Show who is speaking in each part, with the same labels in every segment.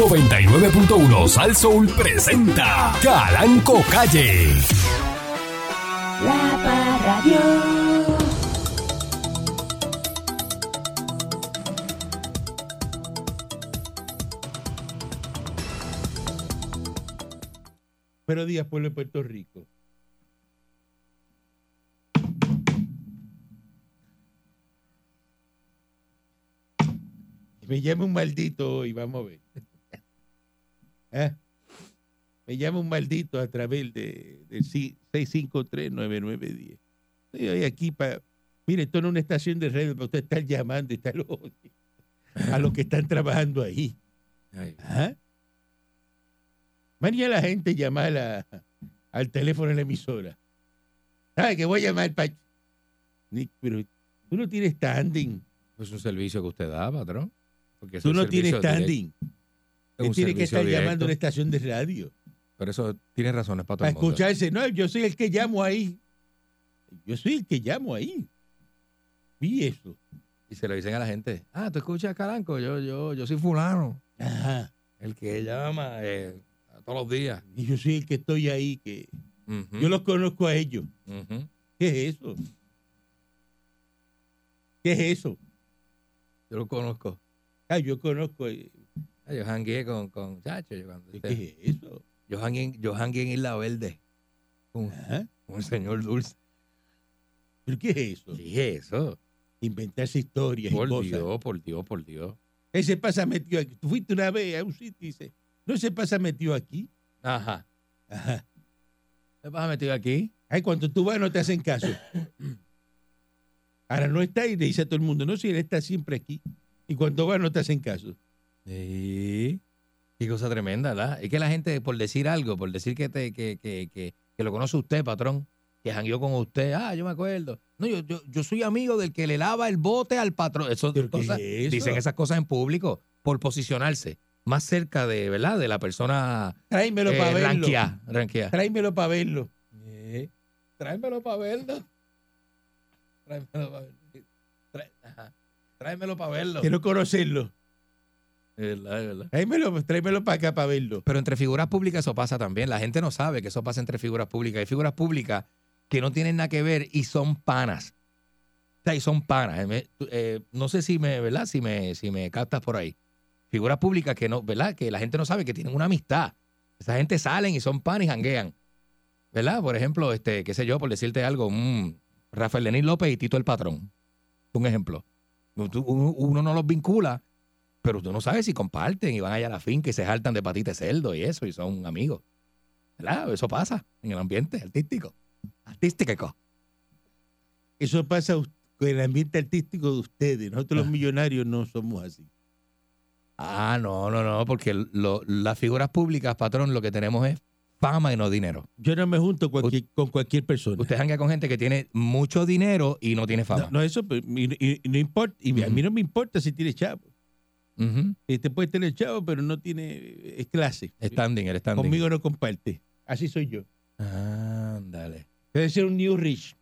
Speaker 1: 99.1 Sal Soul presenta Calanco Calle.
Speaker 2: La Parradio.
Speaker 3: Buenos días, pueblo de Puerto Rico. Me llama un maldito hoy, vamos a ver. ¿Eh? Me llama un maldito a través de, del ci- 653-9910. Estoy hoy aquí para... Mire, esto no es una estación de radio, pero usted está llamando y está lo- a los que están trabajando ahí. ¿Ah? María la gente llama a la- al teléfono de la emisora. ¿Sabes que voy a llamar para... Pero tú no tienes standing.
Speaker 4: Es un servicio que usted da, patrón. Porque es
Speaker 3: Tú
Speaker 4: un
Speaker 3: no tienes
Speaker 4: servicio directo,
Speaker 3: standing.
Speaker 4: es
Speaker 3: Él
Speaker 4: un
Speaker 3: tiene que
Speaker 4: servicio
Speaker 3: estar llamando a una
Speaker 4: directo.
Speaker 3: estación de radio
Speaker 4: Pero eso tiene razones para todo
Speaker 3: para
Speaker 4: el mundo.
Speaker 3: escucharse. No, yo soy el que llamo ahí. Yo soy el que llamo ahí. Vi eso.
Speaker 4: Y se lo dicen a la gente. Ah, tú escuchas Caranco. Yo, yo, yo soy fulano.
Speaker 3: Ajá.
Speaker 4: El que llama eh, a todos los días.
Speaker 3: Y yo soy el que estoy ahí. que
Speaker 4: Ujú,
Speaker 3: Yo los conozco a ellos.
Speaker 4: ujú.
Speaker 3: ¿Qué es eso? ¿Qué es eso?
Speaker 4: Yo lo conozco.
Speaker 3: Ah, yo conozco. eh,
Speaker 4: Ah, Yo jangueé con, con Chacho. Yo, cuando-
Speaker 3: ¿Qué es eso?
Speaker 4: yo, jangueé, yo jangueé en Isla Verde. Un,
Speaker 3: Ajá.
Speaker 4: un señor dulce.
Speaker 3: ¿Pero qué es eso?
Speaker 4: ¿Qué es eso?
Speaker 3: Inventarse historias y
Speaker 4: Por
Speaker 3: cosas.
Speaker 4: Dios, por Dios, por Dios.
Speaker 3: Ese pasa metido aquí. Tú fuiste una vez a un sitio y dices, no se pasa metido aquí.
Speaker 4: Ajá.
Speaker 3: Ajá.
Speaker 4: ¿Te vas a meter aquí?
Speaker 3: Ay, cuando tú vas no te hacen caso. Ahora no está y le dice a todo el mundo, no, si él está siempre aquí. Y cuando va no te hacen caso.
Speaker 4: Sí. Qué cosa tremenda, ¿verdad? Es que la gente, por decir algo, por decir que te, que, que, que, que lo conoce usted, patrón, que jangueó con usted, ah, yo me acuerdo. No, yo, yo, yo soy amigo del que le lava el bote al patrón. Eso,
Speaker 3: ¿Pero qué
Speaker 4: cosas-
Speaker 3: es eso?
Speaker 4: Dicen esas cosas en público por posicionarse más cerca de, ¿verdad? De la persona
Speaker 3: Tráemelo para
Speaker 4: eh,
Speaker 3: verlo.
Speaker 4: ranqueada, ranqueada.
Speaker 3: Tráemelo para verlo.
Speaker 4: Eh, Tráemelo para verlo. Tráemelo para verlo. Trá- ajá. Tráemelo para verlo.
Speaker 3: Quiero conocerlo.
Speaker 4: De verdad, de verdad.
Speaker 3: Tráemelo, tráemelo para acá para verlo.
Speaker 4: Pero entre figuras públicas eso pasa también. La gente no sabe que eso pasa entre figuras públicas. Hay figuras públicas que no tienen nada que ver y son panas. O sea, y son panas. Me- tú- eh, no sé si me, ¿verdad? Si me, si me captas por ahí. Figuras públicas que no, ¿verdad? Que la gente no sabe que tienen una amistad. Esa gente salen y son panas y janguean. ¿Verdad? Por ejemplo, este, qué sé yo, por decirte algo, mm, Rafael Lenín López y Tito el Patrón. Un ejemplo. Tú- Uno uno no los vincula, pero tú no sabes si comparten y van allá a la finca y se jaltan de patita de cerdo y eso, y son amigos. ¿Verdad? Eso pasa en el ambiente artístico. Artístico.
Speaker 3: Eso pasa us- con el ambiente artístico de ustedes. Nosotros los millonarios no somos así.
Speaker 4: Ah, no, no, no, porque lo- las figuras públicas, patrón, lo que tenemos es fama y no dinero.
Speaker 3: Yo no me junto cualquier- con cualquier persona.
Speaker 4: Usted janguea con gente que tiene mucho dinero y no tiene fama.
Speaker 3: No, no, eso pues, y- y- y no importa. Y a mí no me importa si tiene chavo.
Speaker 4: Ujú.
Speaker 3: Este puede tener chavo, pero no tiene es clase.
Speaker 4: Standing, el standing.
Speaker 3: Conmigo no comparte. Así soy yo.
Speaker 4: Ándale.
Speaker 3: Debe ser un New Rich.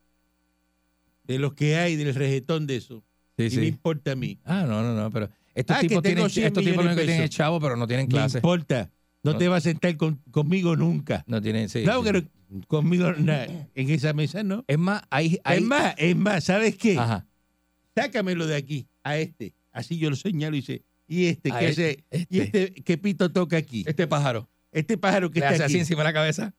Speaker 3: De los que hay, del rejetón de eso.
Speaker 4: Sí,
Speaker 3: Y me
Speaker 4: sí.
Speaker 3: importa a mí.
Speaker 4: Ah, no, no, no, pero estos
Speaker 3: Ah, que
Speaker 4: tipos
Speaker 3: tengo
Speaker 4: tienen,
Speaker 3: 100
Speaker 4: estos tipos
Speaker 3: millones de
Speaker 4: que tienen
Speaker 3: pesos.
Speaker 4: chavo, pero no tienen
Speaker 3: Me
Speaker 4: clase.
Speaker 3: importa. No,
Speaker 4: No.
Speaker 3: te vas a sentar con- conmigo nunca.
Speaker 4: No tienen, sí.
Speaker 3: claro
Speaker 4: sí.
Speaker 3: que no- conmigo na- en esa mesa no.
Speaker 4: Es más, hay... hay
Speaker 3: Es más, es más, ¿sabes qué?
Speaker 4: Ajá.
Speaker 3: Sácamelo de aquí, a este. Así yo lo señalo y dice, ¿y este
Speaker 4: A
Speaker 3: qué
Speaker 4: este,
Speaker 3: hace? ¿Y este qué pito toca aquí?
Speaker 4: Este pájaro.
Speaker 3: Este pájaro que
Speaker 4: le
Speaker 3: está
Speaker 4: hace
Speaker 3: aquí.
Speaker 4: así encima de la cabeza.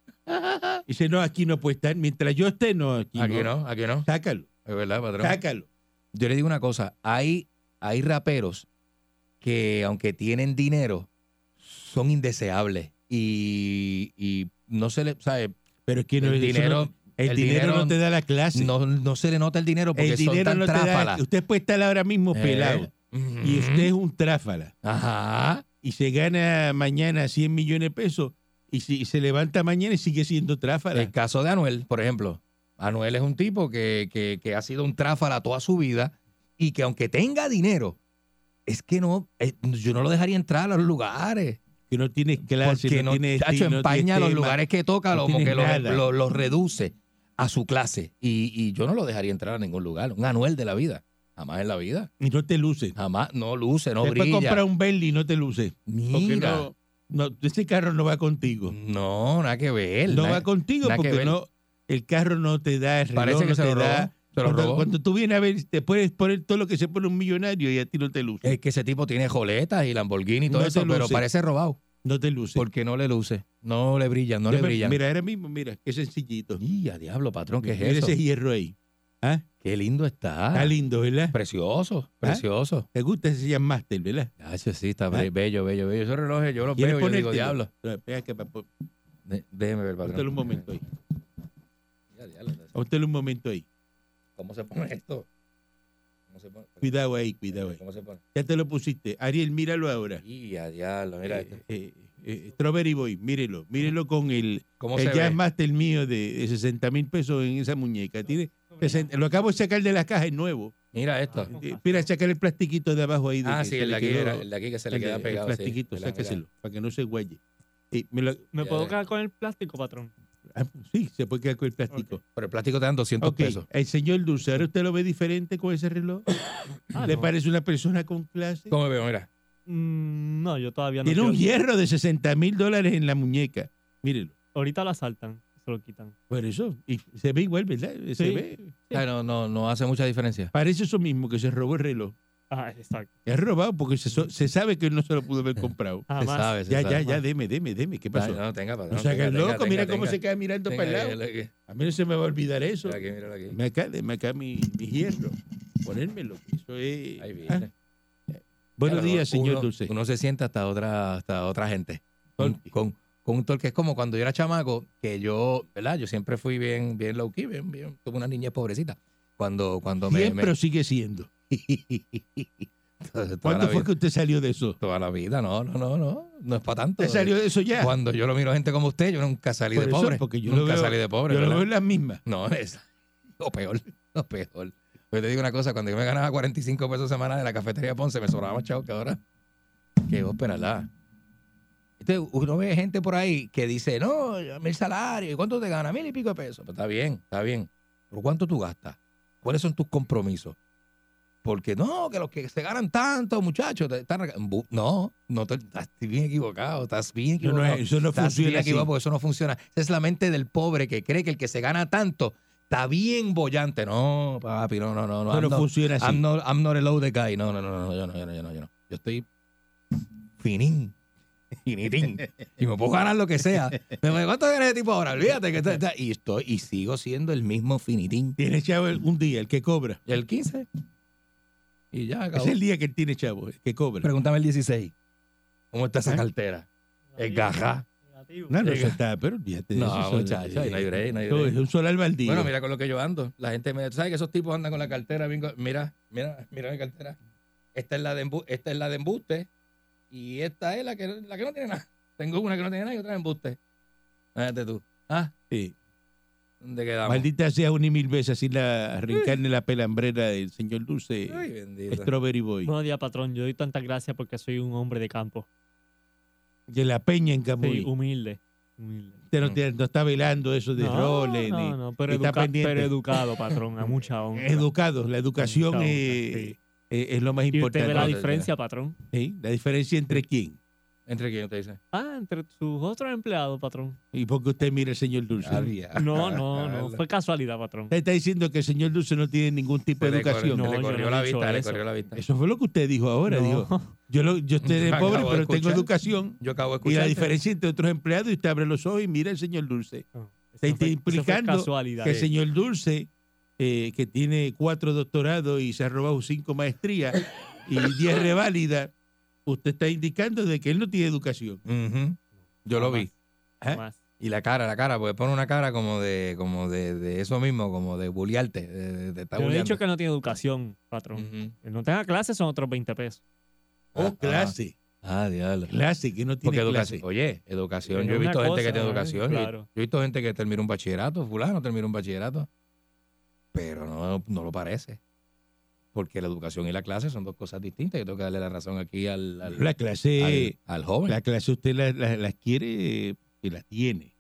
Speaker 3: Dice, no, aquí no puede estar. Mientras yo esté, no, aquí,
Speaker 4: Aquí
Speaker 3: no.
Speaker 4: no, aquí no.
Speaker 3: Sácalo,
Speaker 4: Es verdad, patrón.
Speaker 3: sácalo.
Speaker 4: Yo le digo una cosa, hay, hay raperos que aunque tienen dinero, son indeseables y, y no se le, ¿sabe?
Speaker 3: Pero es que no,
Speaker 4: El
Speaker 3: eso no-
Speaker 4: dinero-
Speaker 3: el
Speaker 4: el
Speaker 3: dinero,
Speaker 4: dinero
Speaker 3: no te da la clase.
Speaker 4: No, no se le nota el dinero porque
Speaker 3: el dinero
Speaker 4: son
Speaker 3: no
Speaker 4: tan
Speaker 3: te da.
Speaker 4: tráfalas.
Speaker 3: Usted puede estar ahora mismo
Speaker 4: Eh,
Speaker 3: pelado
Speaker 4: ujú.
Speaker 3: y usted es un tráfala
Speaker 4: Ajá.
Speaker 3: y se gana mañana 100 millones de pesos y, si, y se levanta mañana y sigue siendo tráfala.
Speaker 4: El caso de Anuel, por ejemplo. Anuel es un tipo que, que- que ha sido un tráfala toda su vida y que aunque tenga dinero, es que no, eh, yo no lo dejaría entrar a los lugares.
Speaker 3: que no tiene clase,
Speaker 4: porque
Speaker 3: no,
Speaker 4: no,
Speaker 3: tiene
Speaker 4: chacho,
Speaker 3: estilo, no tiene
Speaker 4: empaña los
Speaker 3: tema.
Speaker 4: lugares que toca,
Speaker 3: no
Speaker 4: lo- como
Speaker 3: tiene
Speaker 4: que los
Speaker 3: nada.
Speaker 4: los- los reduce a su clase. Y, y yo no lo dejaría entrar a ningún lugar. Un Anuel de la vida. Jamás en la vida.
Speaker 3: Y no te luce.
Speaker 4: Jamás. No luce, Ah, no
Speaker 3: Después
Speaker 4: brilla.
Speaker 3: comprar un Bentley y no te luce. Porque
Speaker 4: Mira.
Speaker 3: no, no, ese carro no va contigo.
Speaker 4: No, nada que ver.
Speaker 3: no
Speaker 4: nada-
Speaker 3: va contigo
Speaker 4: Mm, nada que
Speaker 3: porque
Speaker 4: ver.
Speaker 3: no, el carro no te da el reloj,
Speaker 4: Parece que
Speaker 3: no
Speaker 4: se
Speaker 3: te
Speaker 4: lo
Speaker 3: da-
Speaker 4: robó. Se lo
Speaker 3: cuando,
Speaker 4: robó.
Speaker 3: cuando tú vienes a ver, te puedes poner todo lo que se pone un millonario y a ti no te luce.
Speaker 4: Es que ese tipo tiene joletas y Lamborghini y todo
Speaker 3: No te
Speaker 4: eso, pero
Speaker 3: luce.
Speaker 4: parece robado.
Speaker 3: no te luce.
Speaker 4: Porque no le luce. No le brillan, no
Speaker 3: Yo
Speaker 4: le
Speaker 3: me-
Speaker 4: brillan.
Speaker 3: Mira, ahora mismo, mira, qué sencillito.
Speaker 4: Y a diablo, patrón, ¿qué es
Speaker 3: Mira
Speaker 4: eso? Ah.
Speaker 3: ese hierro ahí. ¿Ah?
Speaker 4: Qué lindo está.
Speaker 3: Está ¿Eh? lindo, ¿verdad?
Speaker 4: Precioso, precioso.
Speaker 3: Te gusta ese Jam Master, ¿verdad?
Speaker 4: Ah, eso sí, está
Speaker 3: ¿Ah?
Speaker 4: bello, bello, bello. Esos relojes yo los
Speaker 3: ¿Quieres
Speaker 4: veo y yo digo,
Speaker 3: ponértelo?
Speaker 4: diablo.
Speaker 3: Espera que pa- pon-
Speaker 4: de- Déjeme ver, patrón.
Speaker 3: póntelo un momento ahí.
Speaker 4: Ya, diablo,
Speaker 3: Póntelo un momento ahí.
Speaker 4: ¿Cómo se pone esto? ¿Cómo se pone?
Speaker 3: Cuidado ahí, cuidado eh. ahí.
Speaker 4: ¿Cómo se pone?
Speaker 3: Ya te lo pusiste. Ariel, míralo ahora.
Speaker 4: Y a diablo, mira.
Speaker 3: Eh, eh, eh, Strawberry Boy, mírelo. Mírelo con el,
Speaker 4: ¿Cómo
Speaker 3: el
Speaker 4: se
Speaker 3: Jazz
Speaker 4: ve?
Speaker 3: Master mío de, de 60 mil pesos en esa muñeca. Tiene 60
Speaker 4: ah.
Speaker 3: lo acabo de sacar de la caja, es nuevo.
Speaker 4: Mira esto.
Speaker 3: Eh, Mira, sacar el plastiquito de abajo ahí. de
Speaker 4: Ah,
Speaker 3: que
Speaker 4: sí,
Speaker 3: se le
Speaker 4: el de aquí,
Speaker 3: quedó-
Speaker 4: era- el de aquí que se le
Speaker 3: el-
Speaker 4: queda
Speaker 3: el
Speaker 4: pegado. sí,
Speaker 3: plastiquito,
Speaker 4: se le ha pegado.
Speaker 3: sáqueselo, para que no se guaye. Eh, me lo-
Speaker 5: ¿Me
Speaker 4: Ya,
Speaker 5: puedo
Speaker 4: ya.
Speaker 5: quedar con el plástico, patrón?
Speaker 3: ah, sí, se puede quedar con el plástico.
Speaker 4: Pero el plástico te dan 200
Speaker 3: Ok,
Speaker 4: pesos.
Speaker 3: el señor Dulce, ¿ahora usted lo ve diferente con ese reloj?
Speaker 5: Ah,
Speaker 3: ¿Le
Speaker 5: no.
Speaker 3: parece una persona con clase?
Speaker 4: ¿Cómo me veo? Mira.
Speaker 5: Mm, no, yo todavía no.
Speaker 3: Tiene un
Speaker 5: quiero-
Speaker 3: hierro de 60 mil dólares en la muñeca. Mírelo.
Speaker 5: Ahorita lo asaltan, se lo quitan.
Speaker 3: Por eso, y se ve igual, ¿verdad? Se
Speaker 5: Sí.
Speaker 3: ve.
Speaker 4: Ah, no, no, no hace mucha diferencia.
Speaker 3: Parece eso mismo que se robó el reloj.
Speaker 5: Ah, exacto.
Speaker 3: Es robado porque se, so- se sabe que él no se lo pudo haber comprado.
Speaker 4: Se
Speaker 5: Jamás.
Speaker 4: sabe, Mm. Ah, se
Speaker 3: ya, ya,
Speaker 4: sabe.
Speaker 3: ya, deme, deme, deme. ¿Qué
Speaker 4: Ay,
Speaker 3: pasó?
Speaker 4: No, tenga,
Speaker 3: o
Speaker 4: patrón.
Speaker 3: sea, que
Speaker 4: tenga,
Speaker 3: el
Speaker 4: tenga,
Speaker 3: loco,
Speaker 4: tenga,
Speaker 3: mira cómo
Speaker 4: tenga.
Speaker 3: se queda mirando
Speaker 4: Tenga,
Speaker 3: para el
Speaker 4: míralo
Speaker 3: lado.
Speaker 4: aquí,
Speaker 3: A mí no se me va a olvidar eso.
Speaker 4: míralo aquí, míralo aquí.
Speaker 3: Me acá, deme acá mi, mi hierro. Ponérmelo. que Eso es...
Speaker 4: Ahí
Speaker 3: Ah,
Speaker 4: viene.
Speaker 3: buenos
Speaker 4: Claro,
Speaker 3: días, señor
Speaker 4: uno-
Speaker 3: Dulce.
Speaker 4: Uno se sienta hasta otra, hasta otra gente. Con,
Speaker 3: Torque.
Speaker 4: con, con un torque. Es como cuando yo era chamaco, que yo, ¿verdad? Yo siempre fui bien, bien low key, bien, bien. Tuve una niña pobrecita. Cuando, cuando me.
Speaker 3: Siempre
Speaker 4: me-
Speaker 3: o sigue siendo.
Speaker 4: toda, la
Speaker 3: ¿Cuándo fue
Speaker 4: vida,
Speaker 3: que usted salió de eso?
Speaker 4: toda la vida, no, no, no, no. No es para tanto. eh.
Speaker 3: ¿Usted salió de eso ya?
Speaker 4: Cuando yo lo miro a gente como usted, yo nunca salí
Speaker 3: Por
Speaker 4: de
Speaker 3: eso,
Speaker 4: pobre.
Speaker 3: porque yo lo
Speaker 4: nunca
Speaker 3: veo-
Speaker 4: salí de pobre.
Speaker 3: Yo lo
Speaker 4: ¿verdad?
Speaker 3: veo en las mismas.
Speaker 4: No, es lo peor, lo peor. Pero te digo una cosa, cuando yo me ganaba 45 pesos semanales de la cafetería Ponce, me sobraba más chavo que ahora. Que vos, penalá. Entonces, uno ve gente por ahí que dice, no, mil salario, ¿y cuánto te gana? Mil y pico de pesos. Pues está bien, está bien. Pero ¿cuánto tú gastas? ¿Cuáles son tus compromisos? Porque no, que los que se ganan tanto, muchachos, te están... reca- Bu- No, no te- estás bien equivocado, estás bien
Speaker 3: No, no,
Speaker 4: equivocado.
Speaker 3: eso no
Speaker 4: Estás bien
Speaker 3: funciona así.
Speaker 4: equivocado, porque eso no funciona. Esa es la mente del pobre que cree que el que se gana tanto está bien bollante. No, papi, no, no, no. no
Speaker 3: Eso no
Speaker 4: I'm, not,
Speaker 3: funciona
Speaker 4: I'm
Speaker 3: así.
Speaker 4: not- I'm not a loaded guy. No, no, no, no, no, yo no, yo no, yo no. Yo, no. yo estoy finín. Finitín. Y me puedo ganar lo que sea. Me me- ¿Cuánto gana ese tipo ahora? Olvídate que está- está- y estoy y sigo siendo el mismo finitín.
Speaker 3: Tiene chavo el- un día, el que cobra.
Speaker 4: El 15. Y ya acabó.
Speaker 3: Es el día que él tiene chavo, el que cobra.
Speaker 4: Pregúntame el 16. ¿Cómo está esa
Speaker 3: ¿Eh?
Speaker 4: cartera? Es
Speaker 5: Negativo,
Speaker 4: gaja.
Speaker 5: negativo.
Speaker 3: No, no,
Speaker 4: Llega.
Speaker 3: eso está, pero olvídate de
Speaker 4: No,
Speaker 3: eso, eso-
Speaker 4: muchacho, ahí no hay break, no hay
Speaker 3: eso
Speaker 4: break.
Speaker 3: Es un solar baldío.
Speaker 4: Bueno, mira con lo que yo ando. La gente me... ¿Tú sabes que esos tipos andan con la cartera? bien go- Mira, mira, mira mi cartera. Esta es la de, embu- esta es la de embuste y esta es la que, la que no tiene nada. Tengo una que no tiene nada y otra de embuste. Fíjate tú. Ah,
Speaker 3: Sí.
Speaker 4: ¿dónde quedamos?
Speaker 3: Maldita sea un y mil veces así la arrancarle la pelambrera del señor Dulce
Speaker 4: Ay, bendito.
Speaker 3: Strawberry Boy.
Speaker 5: Buenos días, patrón. Yo doy tantas gracias porque soy un hombre de campo.
Speaker 3: De la peña en
Speaker 5: Sí,
Speaker 3: Camuy.
Speaker 5: humilde. Humilde.
Speaker 3: Usted
Speaker 4: Mm.
Speaker 3: no, tiene- no está velando eso de roles.
Speaker 5: no,
Speaker 3: ni-
Speaker 5: no, pero,
Speaker 3: ni está
Speaker 5: educa-
Speaker 3: pendiente.
Speaker 5: pero educado, patrón, a mucha honra.
Speaker 3: Educados, la educación
Speaker 5: Educado,
Speaker 3: eh,
Speaker 5: sí.
Speaker 3: eh, es lo más
Speaker 5: ¿Y usted
Speaker 3: importante.
Speaker 5: ve la
Speaker 4: No,
Speaker 5: diferencia, patrón?
Speaker 3: Sí, La diferencia entre quién
Speaker 4: ¿Entre quién te dice?
Speaker 5: Ah, entre sus otros empleados, patrón.
Speaker 3: y por qué usted mira al señor Dulce.
Speaker 4: Ah,
Speaker 5: No, no, no. Fue casualidad, patrón.
Speaker 3: Usted está diciendo que el señor Dulce no tiene ningún tipo
Speaker 4: Se
Speaker 3: de
Speaker 4: pues le corrió,
Speaker 3: educación.
Speaker 5: No,
Speaker 4: se le
Speaker 5: yo
Speaker 4: corrió
Speaker 5: no
Speaker 4: la
Speaker 5: he dicho
Speaker 4: vista, le
Speaker 5: eso.
Speaker 4: corrió la vista.
Speaker 3: Eso fue lo que usted dijo ahora.
Speaker 5: No.
Speaker 3: Dijo, yo, lo, yo estoy de
Speaker 4: Acabo
Speaker 3: pobre,
Speaker 4: de
Speaker 3: pero tengo
Speaker 4: escuchar.
Speaker 3: educación.
Speaker 4: Yo acabo de
Speaker 3: Y la
Speaker 4: escuchar.
Speaker 3: diferencia entre otros empleados, y usted abre los ojos y mira al señor Dulce.
Speaker 5: No,
Speaker 3: Te
Speaker 5: eso
Speaker 3: está
Speaker 5: fue- eso fue
Speaker 3: implicando
Speaker 5: casualidad.
Speaker 3: Que el señor Dulce, eh, que tiene cuatro doctorados y se ha robado cinco maestrías y diez reválidas, usted está indicando de que él no tiene educación.
Speaker 4: Ujú. Yo lo vi. ¿Eh?
Speaker 3: ¿Ah?
Speaker 5: Más.
Speaker 4: Y la cara, la cara, porque pone una cara como de, como de, de eso mismo, como de bullearte, de, de, de estar
Speaker 5: Yo no he dicho
Speaker 4: bulleando.
Speaker 5: que no tiene educación, patrón.
Speaker 4: Ujú.
Speaker 5: Que no tenga clases son otros 20 pesos.
Speaker 3: Oh,
Speaker 4: Ah,
Speaker 3: clase,
Speaker 4: Ah, diablo.
Speaker 3: clase, que no tiene
Speaker 4: Porque
Speaker 3: clase.
Speaker 4: educación, oye, educación.
Speaker 5: Es
Speaker 4: Yo he visto
Speaker 5: una
Speaker 4: gente que
Speaker 5: cosa,
Speaker 4: tiene
Speaker 5: ¿eh?
Speaker 4: educación. yo-
Speaker 5: Claro.
Speaker 4: Yo he visto gente que terminó un bachillerato, fulano terminó un bachillerato. Pero no, no lo parece. Porque la educación y la clase son dos cosas distintas. Yo tengo que darle la razón aquí al, al,
Speaker 3: La clase,
Speaker 4: al- al joven.
Speaker 3: la clase usted la- la- las quiere eh, y las tiene.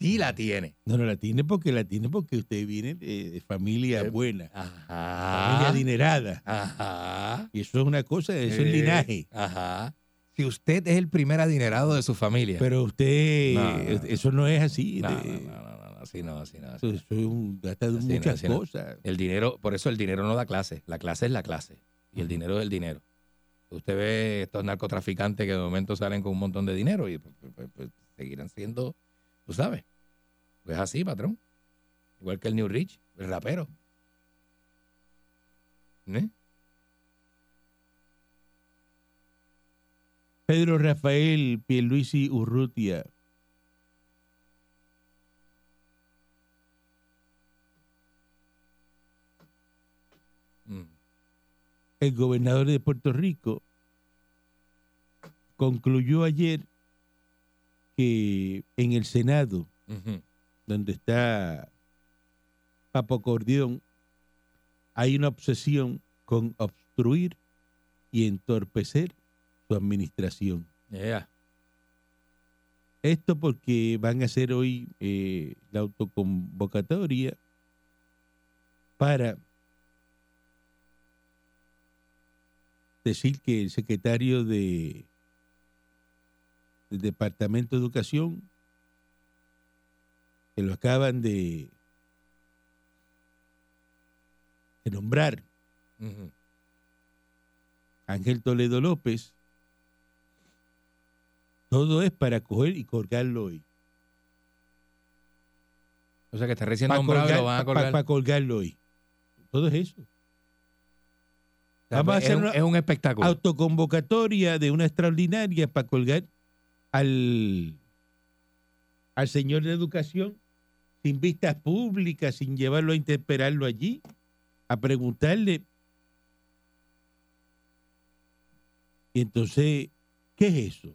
Speaker 4: sí la tiene.
Speaker 3: No, no la tiene porque la tiene porque usted viene de, de familia
Speaker 4: Eh, ah.
Speaker 3: buena, familia
Speaker 4: Ajá.
Speaker 3: adinerada.
Speaker 4: Ajá.
Speaker 3: Y eso es una cosa, eso
Speaker 4: Eh,
Speaker 3: es linaje.
Speaker 4: Ajá. Si usted es el primer adinerado de su familia.
Speaker 3: Pero usted, eh,
Speaker 4: No, no, no.
Speaker 3: eso no es así.
Speaker 4: no, no,
Speaker 3: de-
Speaker 4: no, no, no, no, así no, así no. así
Speaker 3: Eso
Speaker 4: no.
Speaker 3: eso es un, trata de
Speaker 4: Así no,
Speaker 3: muchas
Speaker 4: así no.
Speaker 3: cosas.
Speaker 4: El dinero, por eso el dinero no da clase. La clase es la clase. Y el dinero es el dinero. Usted ve estos narcotraficantes que de momento salen con un montón de dinero y pues, pues, pues, seguirán siendo, tú sabes. Pues así, patrón. Igual que el New Rich, el rapero. ¿Eh?
Speaker 3: Pedro Rafael Pierluisi Urrutia.
Speaker 4: Mm.
Speaker 3: el gobernador de Puerto Rico concluyó ayer que en el Senado,
Speaker 4: Ujú.
Speaker 3: donde está Papo Cordión, hay una obsesión con obstruir y entorpecer su administración.
Speaker 4: Yeah.
Speaker 3: Esto porque van a hacer hoy eh, la autoconvocatoria para decir que el secretario de del Departamento de Educación que lo acaban de, de nombrar
Speaker 4: Ujú.
Speaker 3: Ángel Toledo López todo es para coger y colgarlo hoy
Speaker 4: O sea que está recién
Speaker 3: para
Speaker 4: nombrado y lo van a colgar.
Speaker 3: colgarlo hoy. Todo es eso.
Speaker 4: O sea,
Speaker 3: vamos a
Speaker 4: es,
Speaker 3: hacer
Speaker 4: un,
Speaker 3: una-
Speaker 4: es un espectáculo.
Speaker 3: Autoconvocatoria de una extraordinaria para colgar al, al señor de educación sin vistas públicas, sin llevarlo a interpelarlo allí, a preguntarle. Y entonces, ¿qué es eso?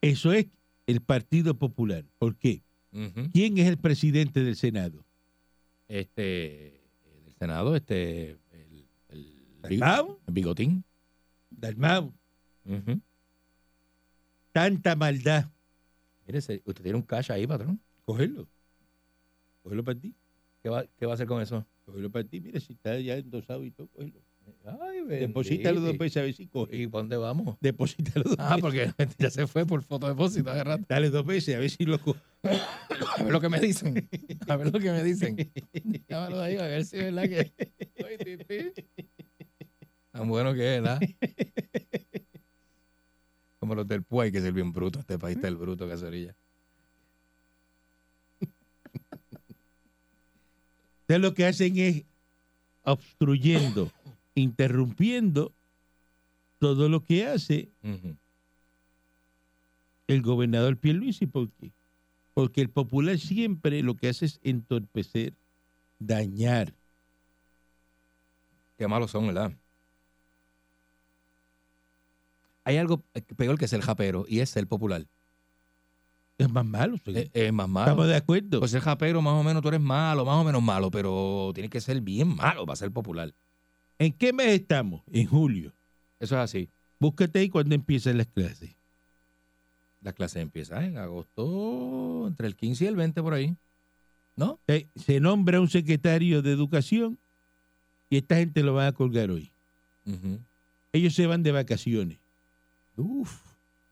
Speaker 3: Eso es el Partido Popular. ¿Por qué?
Speaker 4: Ujú.
Speaker 3: ¿Quién es el presidente del Senado?
Speaker 4: Este, del Senado, este, el, el-
Speaker 3: Dalmau.
Speaker 4: el bigotín.
Speaker 3: Dalmau,
Speaker 4: Ujú.
Speaker 3: tanta maldad.
Speaker 4: Mire, se- usted tiene un cash ahí, patrón.
Speaker 3: Cógelo. Cógelo para ti.
Speaker 4: ¿Qué va, qué va a hacer con eso?
Speaker 3: Cógelo para ti. Mira, si está ya endosado y todo, cógelo.
Speaker 4: Ay,
Speaker 3: Deposita los dos
Speaker 4: bendito.
Speaker 3: pesos a ver si coge.
Speaker 4: ¿Y para dónde vamos?
Speaker 3: Deposita los dos
Speaker 4: Ah,
Speaker 3: pesos.
Speaker 4: porque ya se fue por fotodepósito hace rato.
Speaker 3: Dale dos veces a ver si lo coge.
Speaker 4: A ver lo que me dicen. A ver lo que me dicen. Llámalo ahí, a ver si es verdad que. Ay, tití. Tan bueno que es, ¿verdad? Como los del Puey, que es el bien bruto. Este país está el bruto, cacerilla.
Speaker 3: Ustedes lo que hacen es obstruyendo, interrumpiendo todo lo que hace
Speaker 4: Ujú.
Speaker 3: el gobernador Pierluisi. ¿Por qué? Porque el popular siempre lo que hace es entorpecer, dañar.
Speaker 4: Qué malos son, ¿verdad? Hay algo eh, peor que ser japero y es ser popular.
Speaker 3: Es más malo. señor.
Speaker 4: Es, es más malo.
Speaker 3: Estamos de acuerdo.
Speaker 4: Pues ser japero, más o menos tú eres malo, más o menos malo, pero tienes que ser bien malo para ser popular.
Speaker 3: ¿En qué mes estamos? En julio.
Speaker 4: Eso es así.
Speaker 3: Búscate ahí cuando empiezan las clases.
Speaker 4: Las clases empiezan en agosto, entre el 15 y el 20 por ahí. ¿No?
Speaker 3: Eh, Se nombra un secretario de educación y esta gente lo van a colgar hoy. Ellos se van de vacaciones.
Speaker 4: Uf.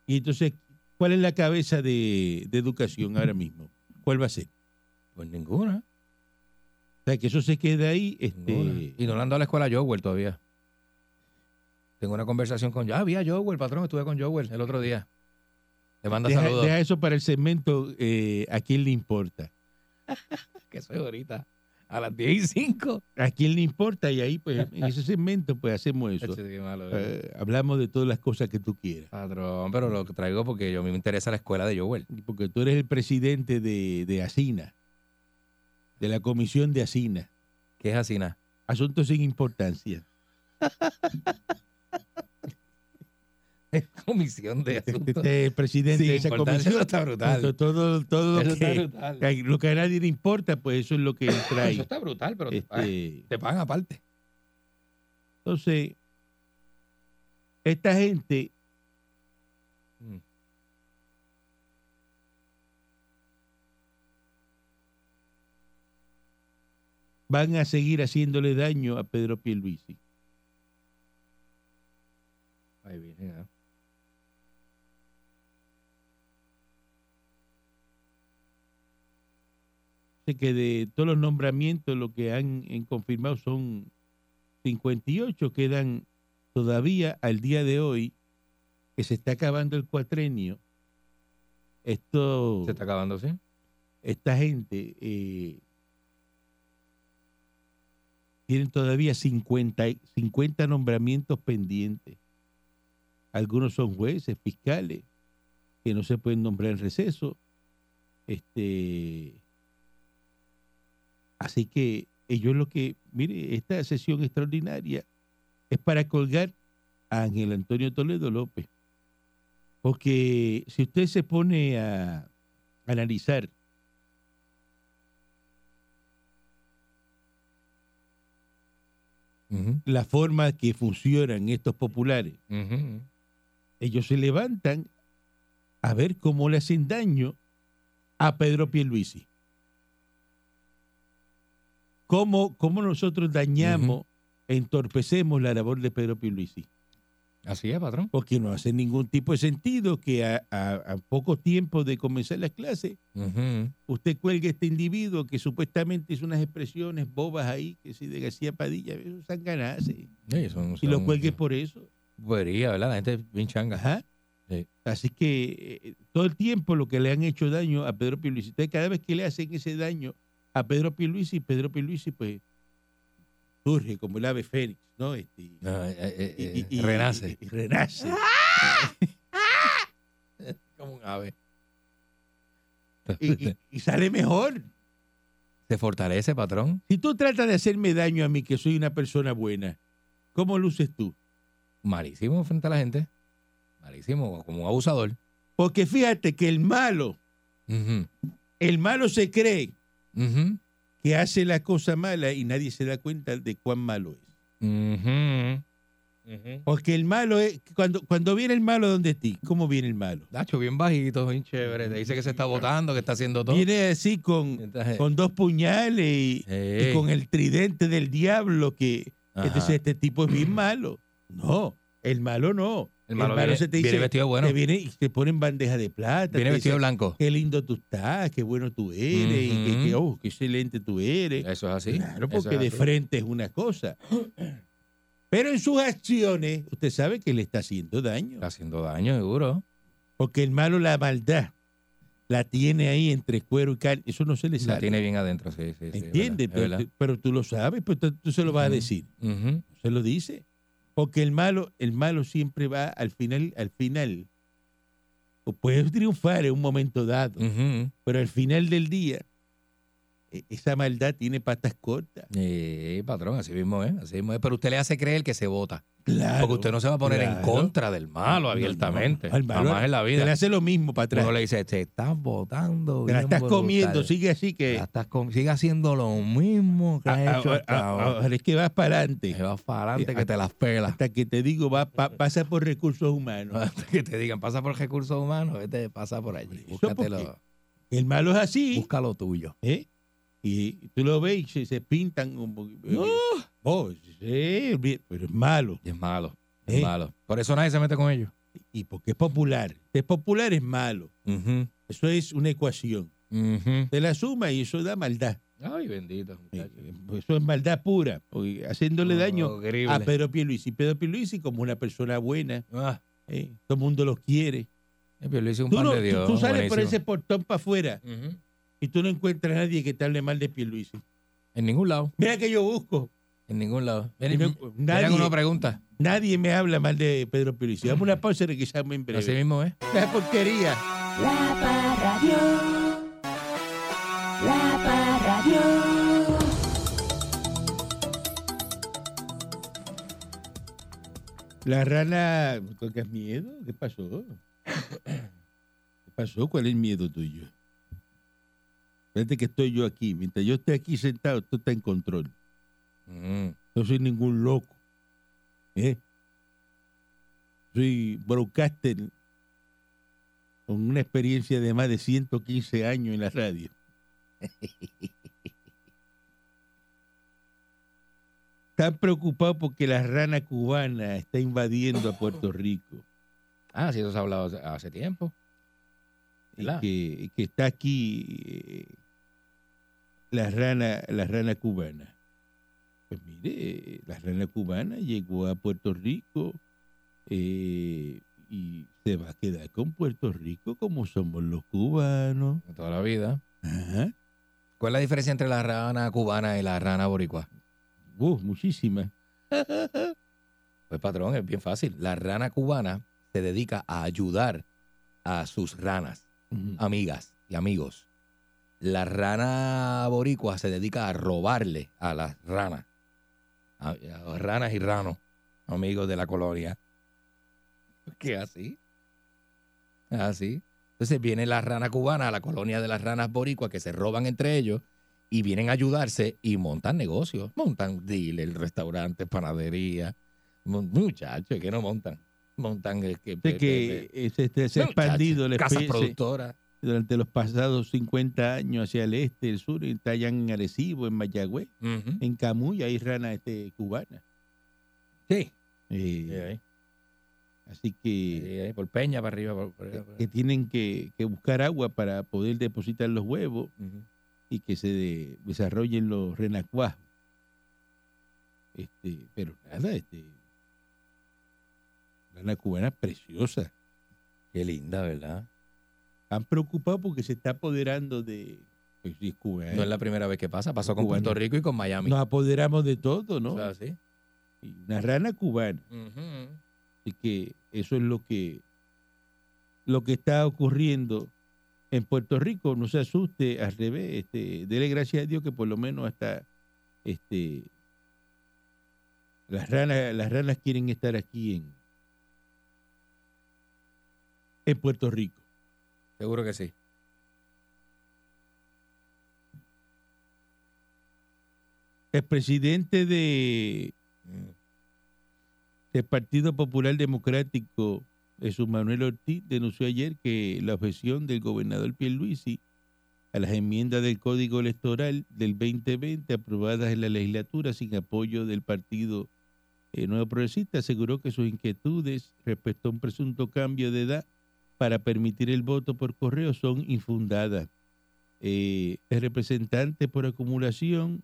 Speaker 3: Y entonces, ¿cuál es la cabeza de, de educación ahora mismo? ¿Cuál va a ser?
Speaker 4: Pues ninguna.
Speaker 3: O sea, que eso se queda ahí.
Speaker 4: ninguna.
Speaker 3: Este,
Speaker 4: Y no le han dado la escuela a Jowell todavía. Tengo una conversación con... Ah, vi a Jowell, patrón, estuve con Jowell el otro día. Le manda
Speaker 3: deja,
Speaker 4: saludos.
Speaker 3: deja eso para el segmento eh, ¿A quién le importa?
Speaker 4: que soy ahorita. A las 10 y 5.
Speaker 3: ¿A quién le importa? Y ahí, pues, en ese segmento, pues hacemos eso. Eh, hablamos de todas las cosas que tú quieras.
Speaker 4: Patrón, pero lo traigo porque yo, a mí me interesa la escuela de Jowell.
Speaker 3: Porque tú eres el presidente de, de Asina, de la comisión de Asina.
Speaker 4: que es así, nada?
Speaker 3: Asuntos sin importancia.
Speaker 4: Comisión de asuntos.
Speaker 3: Este presidente
Speaker 4: sin
Speaker 3: de esa
Speaker 4: importancia,
Speaker 3: comisión.
Speaker 4: eso está
Speaker 3: Todo,
Speaker 4: brutal.
Speaker 3: todo, todo
Speaker 4: Eso
Speaker 3: lo,
Speaker 4: está
Speaker 3: que,
Speaker 4: brutal.
Speaker 3: que lo que a nadie le importa, pues eso es lo que él
Speaker 4: Eso
Speaker 3: trae.
Speaker 4: está brutal, pero te pagan-
Speaker 3: Este,
Speaker 4: te pagan aparte.
Speaker 3: entonces, esta gente
Speaker 4: Mm.
Speaker 3: van a seguir haciéndole daño a Pedro Pierluisi.
Speaker 4: Ahí viene, ¿eh?
Speaker 3: Dice que de todos los nombramientos, lo que han han confirmado son 58, quedan todavía al día de hoy, que se está acabando el cuatrenio. Esto
Speaker 4: Se está acabando, ¿sí?
Speaker 3: esta gente eh, tienen todavía 50, y- 50 nombramientos pendientes. Algunos son jueces, fiscales, que no se pueden nombrar en receso. Este, así que ellos lo que, mire, esta sesión extraordinaria es para colgar a Ángel Antonio Toledo López. Porque si usted se pone a analizar
Speaker 4: Ujú,
Speaker 3: la forma que funcionan estos populares.
Speaker 4: ujú, ujú.
Speaker 3: Ellos se levantan a ver cómo le hacen daño a Pedro Pierluisi. ¿Cómo, cómo nosotros dañamos, entorpecemos la labor de Pedro Pierluisi?
Speaker 4: Así es, patrón.
Speaker 3: Porque no hace ningún tipo de sentido que a, a- a poco tiempo de comenzar las clases
Speaker 4: Ujú.
Speaker 3: usted cuelga a este individuo que supuestamente hizo unas expresiones bobas ahí, que si de García Padilla, eso sanganace,
Speaker 4: Sí, son-
Speaker 3: y lo
Speaker 4: son-
Speaker 3: cuelgue por eso.
Speaker 4: Bobería, ¿verdad? La gente es bien changa.
Speaker 3: Ajá.
Speaker 4: Sí.
Speaker 3: Así que eh, todo el tiempo lo que le han hecho daño a Pedro Pierluisi, Entonces, cada vez que le hacen ese daño a Pedro Pierluisi, Pedro Pierluisi pues surge como el ave fénix, ¿no? Este, y-
Speaker 4: Ah, eh, eh, eh,
Speaker 3: y- y-
Speaker 4: renace.
Speaker 3: y- y renace.
Speaker 4: Como un ave.
Speaker 3: Y, y- y sale mejor.
Speaker 4: Se fortalece, patrón.
Speaker 3: Si tú tratas de hacerme daño a mí, que soy una persona buena, ¿cómo luces tú?
Speaker 4: Malísimo frente a la gente. Malísimo, como un abusador.
Speaker 3: Porque fíjate que el malo,
Speaker 4: Ujú,
Speaker 3: el malo se cree
Speaker 4: ujú,
Speaker 3: que hace la cosa mala y nadie se da cuenta de cuán malo es.
Speaker 4: ujú, ujú.
Speaker 3: Porque el malo es, cuando, cuando viene el malo donde ti, ¿cómo viene el malo?
Speaker 4: Nacho, bien bajito, bien chévere. Te dice que se está votando, que está haciendo todo.
Speaker 3: Viene así con,
Speaker 4: Entonces,
Speaker 3: con dos puñales y, y
Speaker 4: eh,
Speaker 3: con el tridente del diablo que
Speaker 4: ajá.
Speaker 3: entonces este tipo es bien malo. No, el malo no.
Speaker 4: el malo viene,
Speaker 3: se te
Speaker 4: viene
Speaker 3: dice,
Speaker 4: vestido bueno.
Speaker 3: te viene y te pone en bandeja de plata.
Speaker 4: Viene
Speaker 3: te
Speaker 4: vestido
Speaker 3: dice,
Speaker 4: blanco.
Speaker 3: Qué lindo tú estás, qué bueno tú eres, y que,
Speaker 4: Ujú.
Speaker 3: que, oh, qué excelente tú eres.
Speaker 4: Eso es así.
Speaker 3: claro,
Speaker 4: eso
Speaker 3: porque
Speaker 4: es
Speaker 3: de
Speaker 4: así.
Speaker 3: frente es una cosa. Pero en sus acciones, usted sabe que le está haciendo daño.
Speaker 4: Está haciendo daño, seguro.
Speaker 3: Porque el malo, la maldad, la tiene ahí entre cuero y carne. Eso no se le
Speaker 4: La
Speaker 3: sale.
Speaker 4: tiene bien adentro, sí, sí. sí, es
Speaker 3: ¿Entiendes?
Speaker 4: verdad, es
Speaker 3: pero,
Speaker 4: verdad.
Speaker 3: tú- pero tú lo sabes, pues tú, tú se lo vas a
Speaker 4: Ujú.
Speaker 3: decir.
Speaker 4: Ujú.
Speaker 3: Se lo dice. Porque el malo, el malo siempre va al final, al final. O puede triunfar en un momento dado,
Speaker 4: Ujú.
Speaker 3: pero al final del día, e- esa maldad tiene patas cortas.
Speaker 4: Eh, patrón, así mismo es, así mismo es. Pero usted le hace creer que se vota.
Speaker 3: Claro.
Speaker 4: porque usted no se va a poner en
Speaker 3: claro.
Speaker 4: contra del malo
Speaker 3: No,
Speaker 4: abiertamente.
Speaker 3: no, al malo
Speaker 4: jamás en la
Speaker 3: Se le
Speaker 4: vida.
Speaker 3: hace lo mismo para atrás.
Speaker 4: Uno le dice, te estás votando.
Speaker 3: Te la
Speaker 4: bien
Speaker 3: estás comiendo,
Speaker 4: brutal.
Speaker 3: sigue así que.
Speaker 4: La estás com- sigue haciendo lo mismo que
Speaker 3: a-
Speaker 4: has
Speaker 3: a-
Speaker 4: hecho
Speaker 3: a-
Speaker 4: hasta
Speaker 3: a-
Speaker 4: ahora.
Speaker 3: ahora es que vas para adelante.
Speaker 4: Te vas para adelante
Speaker 3: Sí,
Speaker 4: que te las pelas.
Speaker 3: hasta que te digo, va, pa- pasa por recursos humanos.
Speaker 4: Hasta que te digan, pasa por recursos humanos, vete, pasa por allí.
Speaker 3: Eso
Speaker 4: Búscatelo,
Speaker 3: El malo es así,
Speaker 4: busca lo tuyo.
Speaker 3: ¿eh? Y tú lo ves y se, se pintan un po- Oh, sí, bien, pero es malo.
Speaker 4: Y es malo, es
Speaker 3: ¿Eh?
Speaker 4: malo. Por eso nadie se mete con ellos.
Speaker 3: Y porque es popular. Es popular, es malo.
Speaker 4: Ujú,
Speaker 3: Eso es una ecuación.
Speaker 4: ujú.
Speaker 3: Te la suma y eso da maldad.
Speaker 4: Ay, bendito.
Speaker 3: Eh,
Speaker 4: muchacho.
Speaker 3: Eso es maldad pura. porque haciéndole daño
Speaker 4: Oh, Horrible.
Speaker 3: a Pedro Pierluisi. Pedro Pierluisi como una persona buena.
Speaker 4: Ah, eh,
Speaker 3: ¿eh? Todo el mundo lo quiere.
Speaker 4: el Pierluisi es un
Speaker 3: Tú,
Speaker 4: pan
Speaker 3: no-
Speaker 4: de
Speaker 3: tú-
Speaker 4: Dios.
Speaker 3: tú sales por ese
Speaker 4: buenísimo.
Speaker 3: portón para afuera
Speaker 4: Ujú.
Speaker 3: y tú no encuentras a nadie que te hable mal de Pierluisi.
Speaker 4: En ningún lado,
Speaker 3: Mira que yo busco.
Speaker 4: en ningún lado.
Speaker 3: Y
Speaker 4: Ven,
Speaker 3: no- nadie-
Speaker 4: una pregunta.
Speaker 3: Nadie me habla mal de Pedro Pierluisi. Vamos a una pausa y regresamos en
Speaker 4: Así
Speaker 3: breve.
Speaker 4: mismo es.
Speaker 3: La porquería.
Speaker 2: La Parradio. La Parradio.
Speaker 3: La rana, ¿tocas miedo? ¿Qué pasó? ¿Qué pasó? ¿Cuál es el miedo tuyo? Fíjate que estoy yo aquí. Mientras yo esté aquí sentado, tú estás en control.
Speaker 4: Ujú.
Speaker 3: No soy ningún loco. ¿eh? Soy broadcaster con una experiencia de más de 115 años en la radio. Están preocupados porque la rana cubana está invadiendo a Puerto Rico.
Speaker 4: Ah, sí, eso se ha hablado hace- hace tiempo.
Speaker 3: Y
Speaker 4: ¿Verdad?
Speaker 3: que, y que está aquí eh, la, rana, la rana cubana. Pues mire, eh, la rana cubana llegó a Puerto Rico eh, y se va a quedar con Puerto Rico como somos los cubanos.
Speaker 4: De Toda la vida.
Speaker 3: Ajá.
Speaker 4: ¿Cuál es la diferencia entre la rana cubana y la rana boricua?
Speaker 3: Wow, muchísimas.
Speaker 4: Pues patrón, es bien fácil. La rana cubana se dedica a ayudar a sus ranas,
Speaker 3: Ujú.
Speaker 4: amigas y amigos. La rana boricua se dedica a robarle a las ranas, a, a ranas y ranos, amigos de la colonia. ¿Qué así? Así. Entonces viene la rana cubana a la colonia de las ranas boricuas que se roban entre ellos y vienen a ayudarse y montan negocios, montan dealers, restaurantes, panaderías. Mon- Muchachos, que no montan. Montan eh, que,
Speaker 3: Sé que eh, se, se- se ha expandido la
Speaker 4: casa
Speaker 3: especie
Speaker 4: productora.
Speaker 3: durante los pasados 50 años hacia el este, el sur, en Tallán, en Arecibo, en Mayagüez, en Camuy, hay rana este, cubana.
Speaker 4: Sí.
Speaker 3: Eh,
Speaker 4: Sí, ahí.
Speaker 3: Así que, eh,
Speaker 4: Sí, ahí, por Peña para arriba. por- por-
Speaker 3: que-
Speaker 4: por-
Speaker 3: que tienen que, que buscar agua para poder depositar los huevos
Speaker 4: Ujú.
Speaker 3: y que se de- desarrollen los renacuajos. Este, pero nada, este, rana cubana preciosa.
Speaker 4: Qué linda, ¿verdad?
Speaker 3: Están preocupados porque se está apoderando de. pues, sí, es cubana,
Speaker 4: No es la primera vez que pasa. Pasó con
Speaker 3: Cubano.
Speaker 4: Puerto Rico y con Miami.
Speaker 3: Nos apoderamos de todo, ¿no?
Speaker 4: O sea, sí.
Speaker 3: Y Una rana cubana.
Speaker 4: Ujú.
Speaker 3: Así que eso es lo que, lo que está ocurriendo en Puerto Rico. No se asuste, al revés. Este, dele gracias a Dios que por lo menos hasta este, las, ranas, las ranas quieren estar aquí en, en Puerto Rico.
Speaker 4: Seguro que sí.
Speaker 3: El presidente de
Speaker 4: Mm.
Speaker 3: El Partido Popular Democrático, Jesús Manuel Ortiz, denunció ayer que la objeción del gobernador Pierluisi a las enmiendas del Código Electoral del 2020 aprobadas en la legislatura sin apoyo del Partido eh, Nuevo Progresista aseguró que sus inquietudes respecto a un presunto cambio de edad para permitir el voto por correo son infundadas. Eh, el representante por acumulación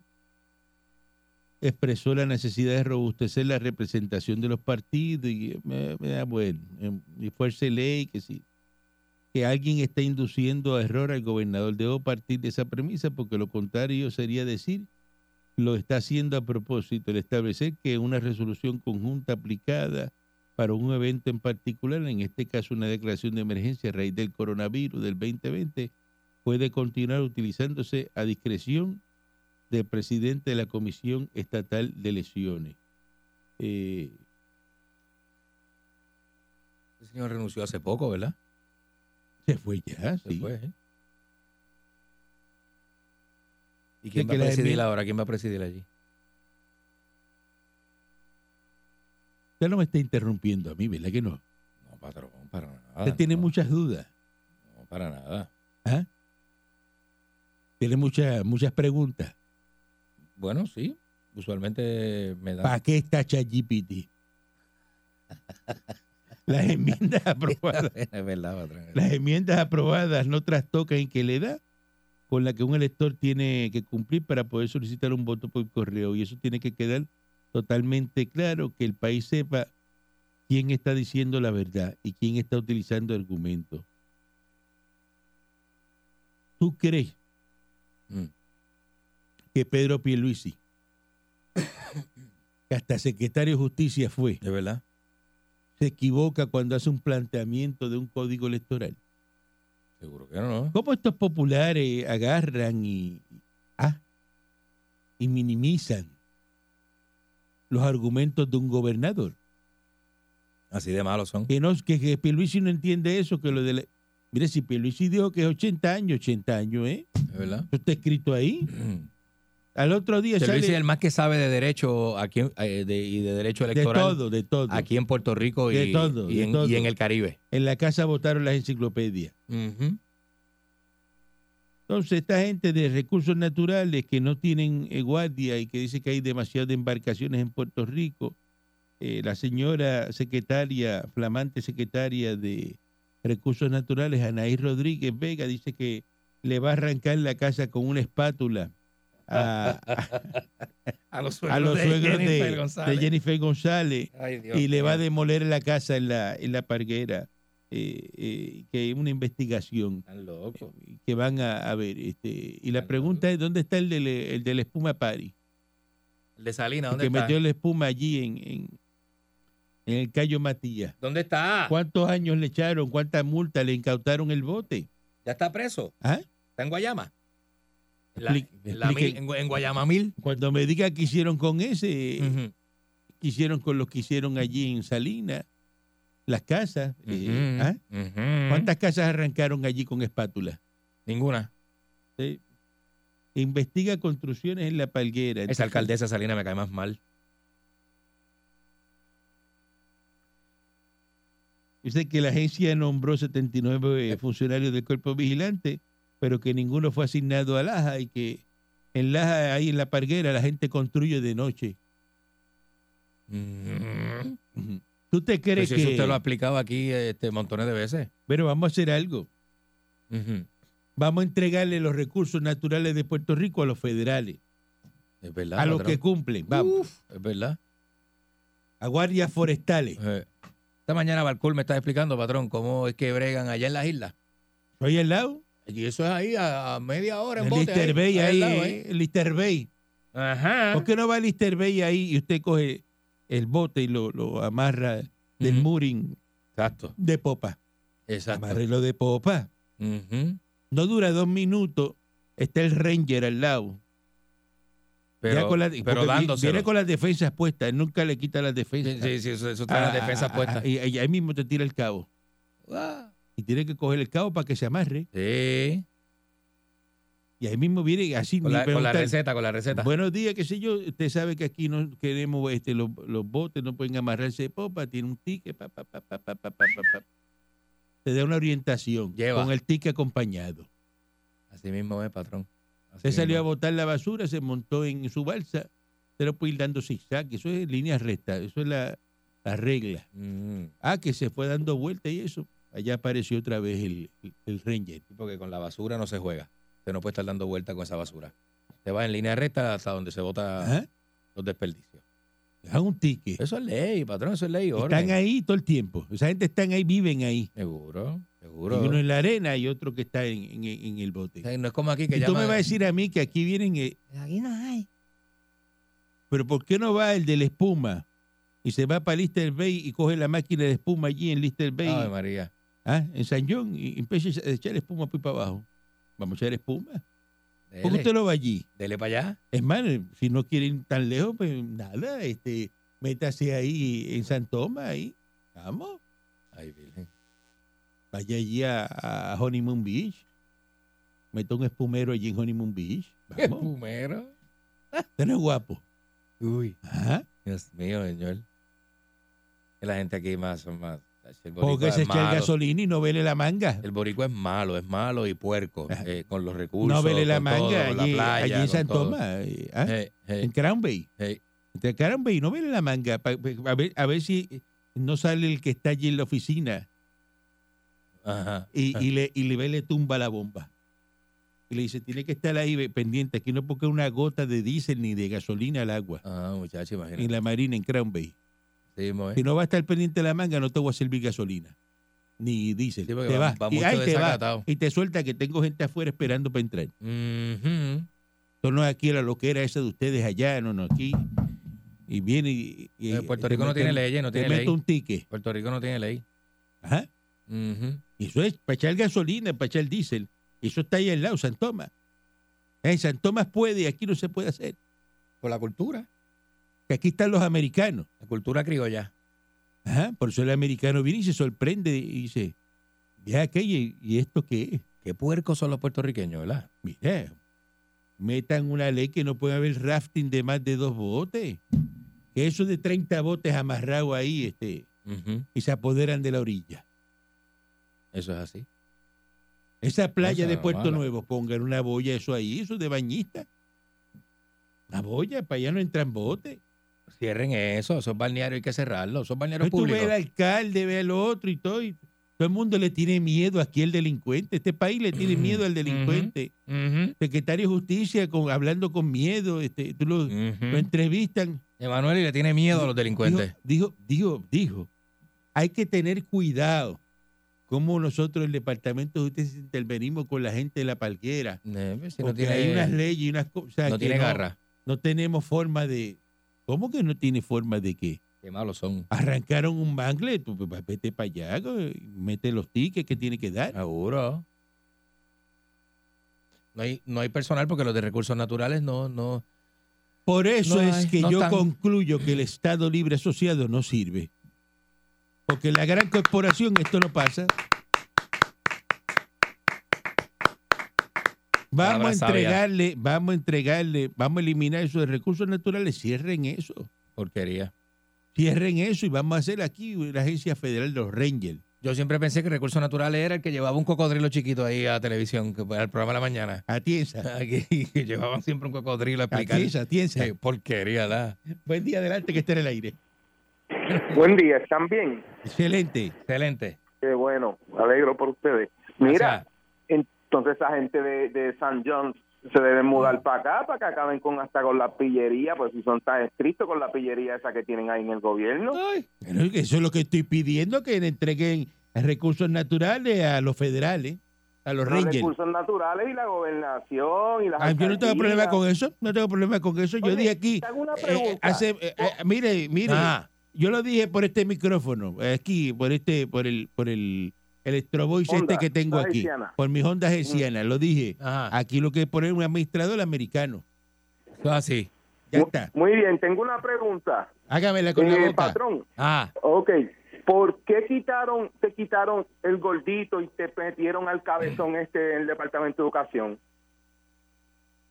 Speaker 3: expresó la necesidad de robustecer la representación de los partidos y eh, eh, bueno, em, y fuerza de ley que sí que alguien está induciendo a error al gobernador. Debo partir de esa premisa porque lo contrario sería decir lo está haciendo a propósito, el establecer que una resolución conjunta aplicada para un evento en particular, en este caso una declaración de emergencia a raíz del coronavirus del 2020, puede continuar utilizándose a discreción del presidente de la Comisión Estatal de Elecciones. Eh,
Speaker 4: El señor renunció hace poco, ¿verdad?
Speaker 3: se fue ya,
Speaker 4: Se
Speaker 3: sí.
Speaker 4: fue, ¿eh? ¿Y
Speaker 3: De
Speaker 4: quién va
Speaker 3: que
Speaker 4: a
Speaker 3: las
Speaker 4: presidir
Speaker 3: enmiendas-
Speaker 4: ahora? ¿Quién va a presidir allí?
Speaker 3: Usted no me está interrumpiendo a mí, ¿verdad que no?
Speaker 4: No, patrón, para nada.
Speaker 3: Usted tiene
Speaker 4: Ah, no,
Speaker 3: muchas dudas,
Speaker 4: no, para nada.
Speaker 3: ¿ah? Tiene muchas muchas preguntas.
Speaker 4: Bueno, sí. Usualmente me da.
Speaker 3: ¿Para qué está ChatGPT? Las enmiendas aprobadas.
Speaker 4: es verdad, patrón.
Speaker 3: Las enmiendas aprobadas no trastocan que la edad con la que un elector tiene que cumplir para poder solicitar un voto por correo. Y eso tiene que quedar totalmente claro, que el país sepa quién está diciendo la verdad y quién está utilizando argumentos. ¿Tú crees
Speaker 4: Mm.
Speaker 3: que Pedro Pierluisi, que hasta secretario de Justicia fue,
Speaker 4: ¿Es verdad?
Speaker 3: se equivoca cuando hace un planteamiento de un código electoral?
Speaker 4: Seguro que no.
Speaker 3: ¿Cómo estos populares agarran y, ah, y minimizan los argumentos de un gobernador?
Speaker 4: Así de malos son.
Speaker 3: Que, no, que, que Pierluisi no entiende eso, que lo de la- Mire, si Pierluisi dijo que es 80 años, 80 años, ¿eh?
Speaker 4: ¿Es verdad?
Speaker 3: Eso está escrito ahí. Al otro día
Speaker 4: Pierluisi es
Speaker 3: sale
Speaker 4: el más que sabe de derecho aquí, eh, de- y de derecho
Speaker 3: de
Speaker 4: electoral
Speaker 3: todo, de todo.
Speaker 4: aquí en Puerto Rico y,
Speaker 3: De todo,
Speaker 4: y
Speaker 3: de
Speaker 4: en,
Speaker 3: todo.
Speaker 4: y en el Caribe.
Speaker 3: En la casa votaron las enciclopedias. Entonces, esta gente de recursos naturales que no tienen eh, guardia y que dice que hay demasiadas embarcaciones en Puerto Rico, eh, la señora secretaria, flamante secretaria de Recursos Naturales, Anaí Rodríguez Vega, dice que le va a arrancar la casa con una espátula a,
Speaker 4: A los
Speaker 3: a los suegros de, de Jennifer González
Speaker 4: Ay, Dios
Speaker 3: y le va a
Speaker 4: mío.
Speaker 3: demoler la casa en la, en la parguera, eh, eh, que hay una investigación
Speaker 4: Están locos.
Speaker 3: eh, que van a, a ver. Este, y la
Speaker 4: Claro.
Speaker 3: pregunta es, ¿dónde está el de, la- el de la espuma Pari?
Speaker 4: El de Salina,
Speaker 3: El
Speaker 4: ¿dónde
Speaker 3: que
Speaker 4: está?
Speaker 3: metió la espuma allí en, en, en el Cayo Matías.
Speaker 4: ¿Dónde está?
Speaker 3: ¿Cuántos años le echaron? ¿Cuánta multa le incautaron el bote?
Speaker 4: ¿Ya está preso?
Speaker 3: ¿Ah?
Speaker 4: ¿Está en Guayama? La-
Speaker 3: Expli-
Speaker 4: la
Speaker 3: explique-
Speaker 4: mil- en, Gu- en Guayama Mil.
Speaker 3: Cuando me diga qué hicieron con ese,
Speaker 4: Ujú.
Speaker 3: qué hicieron con los que hicieron allí en Salinas, las casas. eh,
Speaker 4: Ujú.
Speaker 3: ¿ah?
Speaker 4: Ujú.
Speaker 3: ¿Cuántas casas arrancaron allí con espátula?
Speaker 4: Ninguna.
Speaker 3: Sí. Investiga construcciones en la palguera.
Speaker 4: Esa alcaldesa Salina me cae más mal.
Speaker 3: Dice que la agencia nombró 79 eh, funcionarios del cuerpo vigilante, pero que ninguno fue asignado a Laja y que en Laja, ahí en la palguera, la gente construye de noche.
Speaker 4: Ujú.
Speaker 3: Ujú. ¿Tú te
Speaker 4: Pero
Speaker 3: crees
Speaker 4: si
Speaker 3: que.?
Speaker 4: eso usted lo ha aplicado aquí este, montones de veces.
Speaker 3: Pero vamos a hacer algo.
Speaker 4: Ujú.
Speaker 3: Vamos a entregarle los recursos naturales de Puerto Rico a los federales,
Speaker 4: Es verdad.
Speaker 3: a los
Speaker 4: patrón. Uh.
Speaker 3: que cumplen. Vamos,
Speaker 4: Es verdad.
Speaker 3: a guardias forestales.
Speaker 4: Eh, Esta mañana Balcour me está explicando, patrón, cómo es que bregan allá en las islas.
Speaker 3: Soy al lado.
Speaker 4: Y eso es ahí a, a media hora en
Speaker 3: En
Speaker 4: bote.
Speaker 3: Lister
Speaker 4: ahí,
Speaker 3: Bay,
Speaker 4: ahí Ah. al
Speaker 3: ahí,
Speaker 4: lado,
Speaker 3: eh, Lister Bay.
Speaker 4: Ajá.
Speaker 3: ¿Por qué no va al Easter Bay ahí y usted coge el bote y lo, lo amarra del
Speaker 4: Ujú.
Speaker 3: mooring
Speaker 4: Exacto.
Speaker 3: de popa?
Speaker 4: Exacto.
Speaker 3: Amarrelo de popa.
Speaker 4: Ujú.
Speaker 3: No dura dos minutos, está el Ranger al lado.
Speaker 4: Pero,
Speaker 3: Ya con la- porque
Speaker 4: pero
Speaker 3: vi-
Speaker 4: dándoselo.
Speaker 3: Viene con las defensas puestas, él nunca le quita las defensas.
Speaker 4: Sí, sí, sí, eso, eso está en
Speaker 3: Ah,
Speaker 4: la defensa
Speaker 3: ah,
Speaker 4: puesta.
Speaker 3: ah, Y, y ahí mismo te tira el cabo.
Speaker 4: Ah.
Speaker 3: Y tiene que coger el cabo para que se amarre.
Speaker 4: Sí.
Speaker 3: Y ahí mismo viene así.
Speaker 4: Con
Speaker 3: ni
Speaker 4: la, con la
Speaker 3: preguntar.
Speaker 4: receta, con la receta.
Speaker 3: Buenos días, qué sé yo. Usted sabe que aquí no queremos, este, los, los botes no pueden amarrarse de popa, tiene un ticket, pa, pa, pa, pa, pa, pa, pa, pa, pa. Te da una orientación
Speaker 4: Lleva.
Speaker 3: con el ticket acompañado.
Speaker 4: Así mismo es, patrón. Así
Speaker 3: Usted salió a
Speaker 4: mismo
Speaker 3: botar la basura, se montó en su balsa, usted lo puede ir dando zigzag, eso es línea recta, eso es la, la regla.
Speaker 4: es. Ujú.
Speaker 3: Ah, que se fue dando vuelta y eso. Allá apareció otra vez el, el, el Ranger.
Speaker 4: Sí, Porque con la basura no se juega. Usted no puede estar dando vuelta con esa basura. Usted va en línea recta hasta donde se bota
Speaker 3: Ajá,
Speaker 4: los desperdicios.
Speaker 3: da Ah, un ticket.
Speaker 4: Eso Ah. es ley, patrón, eso es ley. Orden.
Speaker 3: Están ahí todo el tiempo. Esa gente están ahí, viven ahí.
Speaker 4: Seguro,
Speaker 3: Y
Speaker 4: seguro.
Speaker 3: uno en la arena y otro que está en, en- en el bote.
Speaker 4: O sea, No es como aquí que
Speaker 3: y tú me
Speaker 4: llaman-
Speaker 3: vas a decir a mí que aquí vienen. eh,
Speaker 4: Aquí no hay.
Speaker 3: pero ¿por qué no va el de la espuma? Y se va para Lister Bay y coge la máquina de espuma allí en Lister Bay,
Speaker 4: Ay, María.
Speaker 3: ah, en San John, y empieza a echar espuma para para abajo. Vamos a echar espuma.
Speaker 4: Dele,
Speaker 3: ¿Por qué usted no va allí?
Speaker 4: dele para allá.
Speaker 3: Es más, eh, si no quieren tan lejos, pues nada, este, métase ahí en San Tomás, ahí. Vamos.
Speaker 4: Ay, virgen.
Speaker 3: Vaya allí a, a Honeymoon Beach. Meta un espumero allí en Honeymoon Beach.
Speaker 4: ¿Qué
Speaker 3: Vamos.
Speaker 4: pumero?
Speaker 3: Usted no es guapo. Ah,
Speaker 4: Uy.
Speaker 3: Ajá.
Speaker 4: Dios mío, señor. Que la gente aquí más son más. El boricua,
Speaker 3: Porque se
Speaker 4: es
Speaker 3: echa el
Speaker 4: malo.
Speaker 3: gasolina y no vele la manga.
Speaker 4: el boricua es malo, es malo y puerco.
Speaker 3: Ajá.
Speaker 4: eh, con los recursos.
Speaker 3: Ah. No vele la
Speaker 4: con todo,
Speaker 3: manga
Speaker 4: con
Speaker 3: allí,
Speaker 4: la playa,
Speaker 3: allí en
Speaker 4: con
Speaker 3: San
Speaker 4: todo.
Speaker 3: Tomás. eh, ¿ah?
Speaker 4: Eh, eh,
Speaker 3: En Crown Bay.
Speaker 4: eh.
Speaker 3: En Crown Bay no vele la manga. pa- pa- A ver, a ver si eh, no sale el que está allí en la oficina
Speaker 4: Ajá.
Speaker 3: y, y le, y le ve, le tumba la bomba. Y le dice, tiene que estar ahí ve- pendiente. Aquí no porque una gota de diésel ni de gasolina al agua.
Speaker 4: Ah, muchacho, imagínate.
Speaker 3: En la marina, en Crown Bay.
Speaker 4: Sí, mo, eh.
Speaker 3: Si no va a estar pendiente de la manga, no te voy a servir gasolina. Ni diésel.
Speaker 4: Sí, porque
Speaker 3: te
Speaker 4: va-
Speaker 3: vas.
Speaker 4: va
Speaker 3: y,
Speaker 4: mucho
Speaker 3: ahí te vas.
Speaker 4: desacatado.
Speaker 3: y te suelta que tengo gente afuera esperando para entrar.
Speaker 4: Ujú.
Speaker 3: Esto no es aquí la loquera esa de ustedes allá, no, no, aquí. Y viene y. y-
Speaker 4: Eh, Puerto
Speaker 3: te
Speaker 4: Rico no
Speaker 3: meten-
Speaker 4: tiene leyes, no
Speaker 3: Te
Speaker 4: tiene
Speaker 3: mete
Speaker 4: ley.
Speaker 3: un ticket.
Speaker 4: Puerto Rico no tiene ley.
Speaker 3: Ajá.
Speaker 4: Ujú.
Speaker 3: Y eso es para echar gasolina, para echar diésel. Y eso está ahí al lado, San Tomás. En San Tomás puede y aquí no se puede hacer.
Speaker 4: Por la cultura.
Speaker 3: Que aquí están los americanos.
Speaker 4: La cultura criolla.
Speaker 3: Ajá. Por eso el americano viene y se sorprende y dice: Ya aquello, ¿y y esto qué es?
Speaker 4: Qué puercos son los puertorriqueños, ¿verdad?
Speaker 3: Mira, metan una ley que no puede haber rafting de más de dos botes. Que eso de 30 botes amarrados ahí, este.
Speaker 4: Ujú.
Speaker 3: y se apoderan de la orilla.
Speaker 4: Eso es así.
Speaker 3: Esa playa
Speaker 4: Cosa
Speaker 3: de Puerto
Speaker 4: mala.
Speaker 3: Nuevo, pongan una boya eso ahí, eso de bañista. Una boya, para allá no entran botes.
Speaker 4: Cierren eso, esos balnearios hay que cerrarlos, esos balnearios
Speaker 3: Entonces Pues tú ves al
Speaker 4: públicos.
Speaker 3: alcalde, ve al otro y todo. y todo el mundo le tiene miedo aquí al delincuente. Este país le tiene
Speaker 4: Ujú,
Speaker 3: miedo al delincuente.
Speaker 4: Ujú,
Speaker 3: Secretario de Justicia con, hablando con miedo. Este, tú lo, lo
Speaker 4: ujú. Pues
Speaker 3: entrevistan.
Speaker 4: Emanuel y le tiene miedo a los delincuentes.
Speaker 3: Dijo, dijo, dijo, dijo, hay que tener cuidado como nosotros el Departamento de Justicia intervenimos con la gente de la palguera.
Speaker 4: Eh, pues, si no
Speaker 3: porque hay unas
Speaker 4: tiene,
Speaker 3: leyes y unas cosas.
Speaker 4: no
Speaker 3: que
Speaker 4: tiene garra.
Speaker 3: No tenemos forma de... ¿Cómo que no tiene forma de qué?
Speaker 4: Qué malos son.
Speaker 3: arrancaron un bangle, tú, pues, pues, vete para allá, co- mete los tickets que tiene que dar.
Speaker 4: Seguro. No hay, no hay personal porque los de recursos naturales no, no.
Speaker 3: Por eso
Speaker 4: No
Speaker 3: es
Speaker 4: hay,
Speaker 3: que
Speaker 4: no
Speaker 3: yo
Speaker 4: tan-
Speaker 3: concluyo que el Estado Libre Asociado no sirve. Porque la gran corporación esto no pasa. Vamos a
Speaker 4: Palabra sabia.
Speaker 3: entregarle, vamos a entregarle, vamos a eliminar eso de recursos naturales, cierren eso,
Speaker 4: Porquería.
Speaker 3: cierren eso y vamos a hacer aquí la Agencia Federal de los Rangers.
Speaker 4: Yo siempre pensé que recursos naturales era el que llevaba un cocodrilo chiquito ahí a televisión, que era el programa de la mañana.
Speaker 3: Atienza,
Speaker 4: Aquí, que llevaban siempre un cocodrilo a explicar.
Speaker 3: atienza, atienza.
Speaker 4: Qué porquería, la.
Speaker 3: Buen día, adelante que esté en el aire.
Speaker 6: Buen día, ¿están bien?
Speaker 3: Excelente.
Speaker 4: Excelente.
Speaker 6: Qué bueno, me alegro por ustedes. Mira, entonces esa gente de, de San John se deben mudar para acá, para que acaben con hasta con la pillería, pues si son tan estrictos con la pillería esa que tienen ahí en el gobierno.
Speaker 3: Pero es que eso es lo que estoy pidiendo, que le entreguen recursos naturales a los federales, a los
Speaker 6: Los
Speaker 3: rangers.
Speaker 6: recursos naturales y la gobernación y las
Speaker 3: Ah, yo no tengo
Speaker 6: alcaldías.
Speaker 3: problema con eso, no tengo problema con eso. Yo
Speaker 6: Oye,
Speaker 3: dije aquí,
Speaker 6: te hago una
Speaker 3: eh,
Speaker 6: pregunta. Oh.
Speaker 3: hace- eh, eh, mire, mire,
Speaker 4: Ah.
Speaker 3: yo lo dije por este micrófono, eh, aquí, por este, por el, por el electrovoice
Speaker 6: Honda,
Speaker 3: este que tengo
Speaker 6: Honda Mm.
Speaker 3: aquí,
Speaker 6: Hessiana.
Speaker 3: por mis ondas hercianas, lo dije.
Speaker 4: Ajá.
Speaker 3: Aquí lo que pone un administrador americano.
Speaker 4: Eso es así.
Speaker 3: Ya
Speaker 6: Mu-
Speaker 3: está,
Speaker 6: Muy bien, tengo una pregunta.
Speaker 3: hágamela con la
Speaker 6: Eh,
Speaker 3: boca.
Speaker 6: patrón,
Speaker 4: Ah,
Speaker 6: Ok, ¿por qué quitaron, te quitaron el gordito y te metieron al cabezón este en el Departamento de Educación?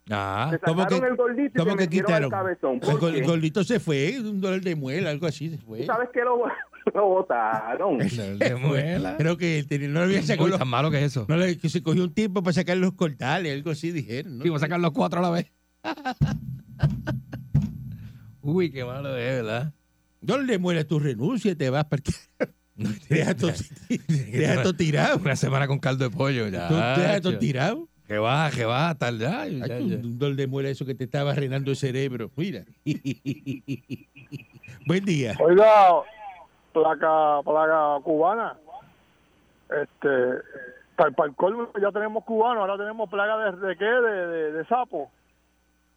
Speaker 4: ah.
Speaker 6: Te
Speaker 3: ¿cómo
Speaker 6: sacaron
Speaker 3: que-
Speaker 6: el gordito y te
Speaker 3: ¿Cómo que
Speaker 6: metieron
Speaker 3: quitaron?
Speaker 6: al cabezón.
Speaker 3: El,
Speaker 6: ¿Por
Speaker 3: gol-
Speaker 6: qué?
Speaker 3: el gordito se fue, un dólar de muela, algo así se fue.
Speaker 6: ¿Tú ¿Sabes qué lo, lo votaron?
Speaker 4: De muela.
Speaker 3: Creo que él tenía- no le había sacado
Speaker 4: Uy,
Speaker 3: los-
Speaker 4: tan malo que es eso.
Speaker 3: no le- que se cogió un tiempo para sacar los cortales, algo así dijeron. ¿no?
Speaker 4: Sí, voy a sacar los cuatro a la vez. Uy, qué malo es, ¿verdad?
Speaker 3: No le mueres tu renuncia, te vas porque
Speaker 4: No,
Speaker 3: deja todo, deja todo tirado.
Speaker 4: Una semana con caldo de pollo. Ya,
Speaker 3: Tú deja todo tirado.
Speaker 4: que va, que va, tal, ya.
Speaker 3: Ay,
Speaker 4: ya, ya.
Speaker 3: un, un dol de muela eso que te estaba arruinando el cerebro. Mira. Buen día.
Speaker 7: Oiga, placa, placa cubana. Este, para, el colmo ya tenemos cubano, ahora tenemos plaga de, de qué, de, de- de sapo.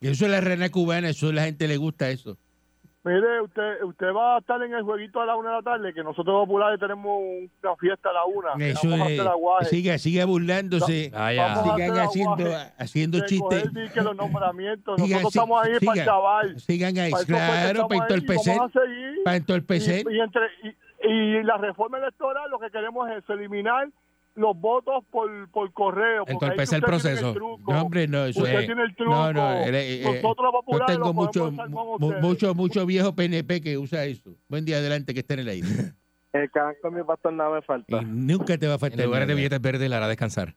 Speaker 3: Eso es la rana cubana, eso a la gente le gusta eso.
Speaker 7: Mire, usted, usted va a estar en el jueguito a la una de la tarde, que nosotros populares tenemos una fiesta a la
Speaker 6: Ah,
Speaker 7: una. que
Speaker 3: Eso
Speaker 7: vamos a
Speaker 3: es-
Speaker 7: hacer aguaje.
Speaker 3: siga, siga burlándose.
Speaker 4: Ah, ya.
Speaker 7: Vamos a
Speaker 3: Sigan
Speaker 7: hacer
Speaker 3: haciendo, eh,
Speaker 7: aguaje.
Speaker 3: haciendo
Speaker 7: De
Speaker 3: chistes.
Speaker 7: coger, di que los nombramientos,
Speaker 3: Siga,
Speaker 7: nosotros
Speaker 3: sí,
Speaker 7: estamos ahí para
Speaker 3: siga.
Speaker 7: el chaval.
Speaker 3: Sigan ahí,
Speaker 7: Pa' eso fue que
Speaker 3: claro,
Speaker 7: estamos
Speaker 3: para
Speaker 7: ahí, y
Speaker 3: entorpecer.
Speaker 7: Vamos a seguir.
Speaker 3: Para entorpecer.
Speaker 7: Y, y entre, y, y la reforma electoral lo que queremos es eliminar los votos por, por correo. porque ahí
Speaker 4: Entorpecer el
Speaker 7: usted tiene
Speaker 4: proceso.
Speaker 7: truco.
Speaker 3: No, hombre, no, eso
Speaker 7: usted
Speaker 3: es.
Speaker 7: tiene el truco.
Speaker 3: No, no, eh, eh,
Speaker 7: Nosotros los
Speaker 3: yo
Speaker 7: populares
Speaker 3: tengo
Speaker 7: lo
Speaker 3: mucho,
Speaker 7: podemos usar con
Speaker 3: mu-
Speaker 7: ustedes.
Speaker 3: mucho, mucho viejo PNP que usa eso. Buen día adelante que está en el aire.
Speaker 6: El canto mi pastor nada me falta.
Speaker 3: Y nunca te va a
Speaker 4: En
Speaker 3: faltar.
Speaker 4: lugar de
Speaker 3: nada.
Speaker 4: billetes verdes, la hará descansar.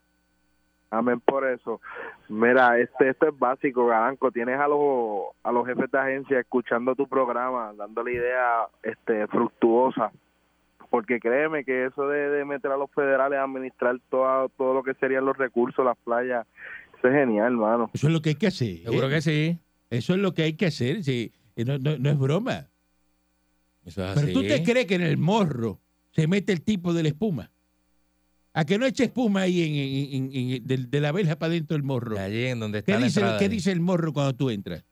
Speaker 6: Amén por eso. Mira, este, esto es básico, Garanco. Tienes a los, a los jefes de agencia escuchando tu programa, dándole idea este, fructuosa. Porque créeme que eso de, de meter a los federales a administrar toda, todo lo que serían los recursos, las playas, eso es genial, hermano.
Speaker 3: Eso es lo que hay que hacer. ¿eh?
Speaker 4: Seguro que sí.
Speaker 3: Eso es lo que hay que hacer. sí. Eh, No, no- no es broma.
Speaker 4: Eso es
Speaker 3: Pero
Speaker 4: así.
Speaker 3: tú te crees que en el morro se mete el tipo de la espuma. A que no eche espuma ahí en- en- en- en- de, de la verja para dentro del morro.
Speaker 4: Allí en donde está
Speaker 3: ¿Qué
Speaker 4: la
Speaker 3: dice,
Speaker 4: entrada
Speaker 3: qué
Speaker 4: ahí.
Speaker 3: dice el morro cuando tú entras?